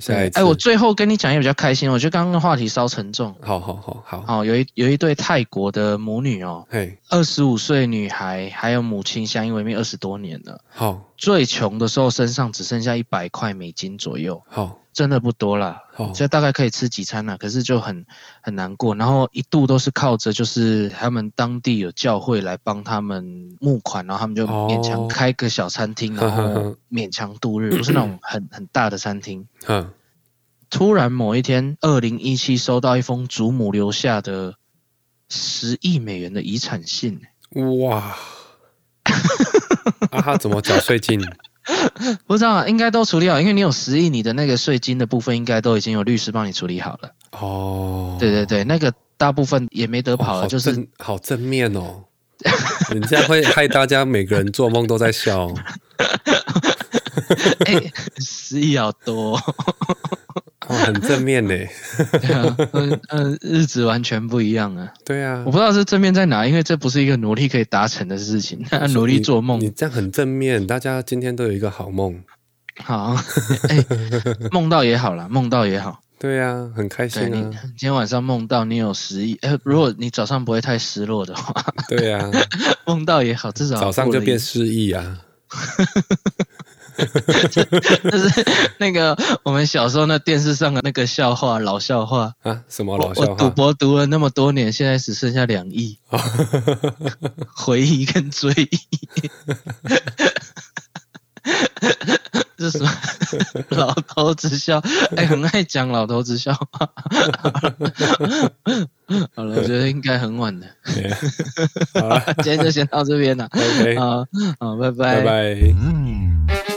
Speaker 3: 下一次。
Speaker 2: 哎，我最后跟你讲也比较开心，我觉得刚刚的话题稍沉重。
Speaker 3: 好好好好，
Speaker 2: 哦，有一有一对泰国的母女哦，
Speaker 3: 嘿，
Speaker 2: 二十五岁女孩还有母亲相依为命二十多年了。
Speaker 3: 好
Speaker 2: 最穷的时候身上只剩下一百块美金左右，
Speaker 3: 好
Speaker 2: 真的不多啦。
Speaker 3: 好，
Speaker 2: 所以大概可以吃几餐了、啊可是就很很难过。然后一度都是靠着就是他们当地有教会来帮他们募款，然后他们就
Speaker 3: 哦
Speaker 2: 勉强开个小餐 厅，
Speaker 3: 呵
Speaker 2: 然
Speaker 3: 呵呵
Speaker 2: 后勉强度 日，不是那种很很大的餐厅。
Speaker 3: 嗯，
Speaker 2: 突然某一天，二零一七收到一封祖母留下的十亿美元的遗产信，
Speaker 3: 哇，啊哈，怎么缴税金？
Speaker 2: 不知道啊应该都处理好，因为你有十亿，你的那个税金的部分应该都已经有律师帮你处理好了。
Speaker 3: 哦，
Speaker 2: 对对对，那个大部分也没得
Speaker 3: 哇，
Speaker 2: 跑了，啊
Speaker 3: 好
Speaker 2: 就是
Speaker 3: 正好正面哦。你这样会害大家每个人做梦都在笑哦、
Speaker 2: 哎，十亿好多哦、
Speaker 3: 哇，很正面呢。
Speaker 2: 对啊，嗯嗯，日子完全不一样啊！
Speaker 3: 对啊
Speaker 2: 我，不知道是正面在哪，因为这不是一个努力可以达成的事情， 努力做梦
Speaker 3: 你这样很正面，大家今天都有一个好梦。
Speaker 2: 好， 哎、梦到也好啦，梦到也好。
Speaker 3: 对啊，很开
Speaker 2: 对
Speaker 3: 心
Speaker 2: 你
Speaker 3: 啊。
Speaker 2: 今天晚上梦到你有十亿，哎、如果你早上不会太失落的话，
Speaker 3: 对啊，
Speaker 2: 梦到也好，至少
Speaker 3: 早上就变
Speaker 2: 成
Speaker 3: 失忆啊。
Speaker 2: 那个我们小时候那电视上的那个笑话，老笑话。
Speaker 3: 啊，什么
Speaker 2: 我
Speaker 3: 老
Speaker 2: 我
Speaker 3: 笑
Speaker 2: 赌
Speaker 3: 话？
Speaker 2: 博赌了那么多年，现在只剩下两亿回忆跟追忆，这是什么老头子笑？哎、很爱讲老头子笑话。好了，我觉得应该很晚了，
Speaker 3: 没啊 好了
Speaker 2: 今天就先到这边了。
Speaker 3: ，OK，
Speaker 2: 好好，拜
Speaker 3: 拜拜。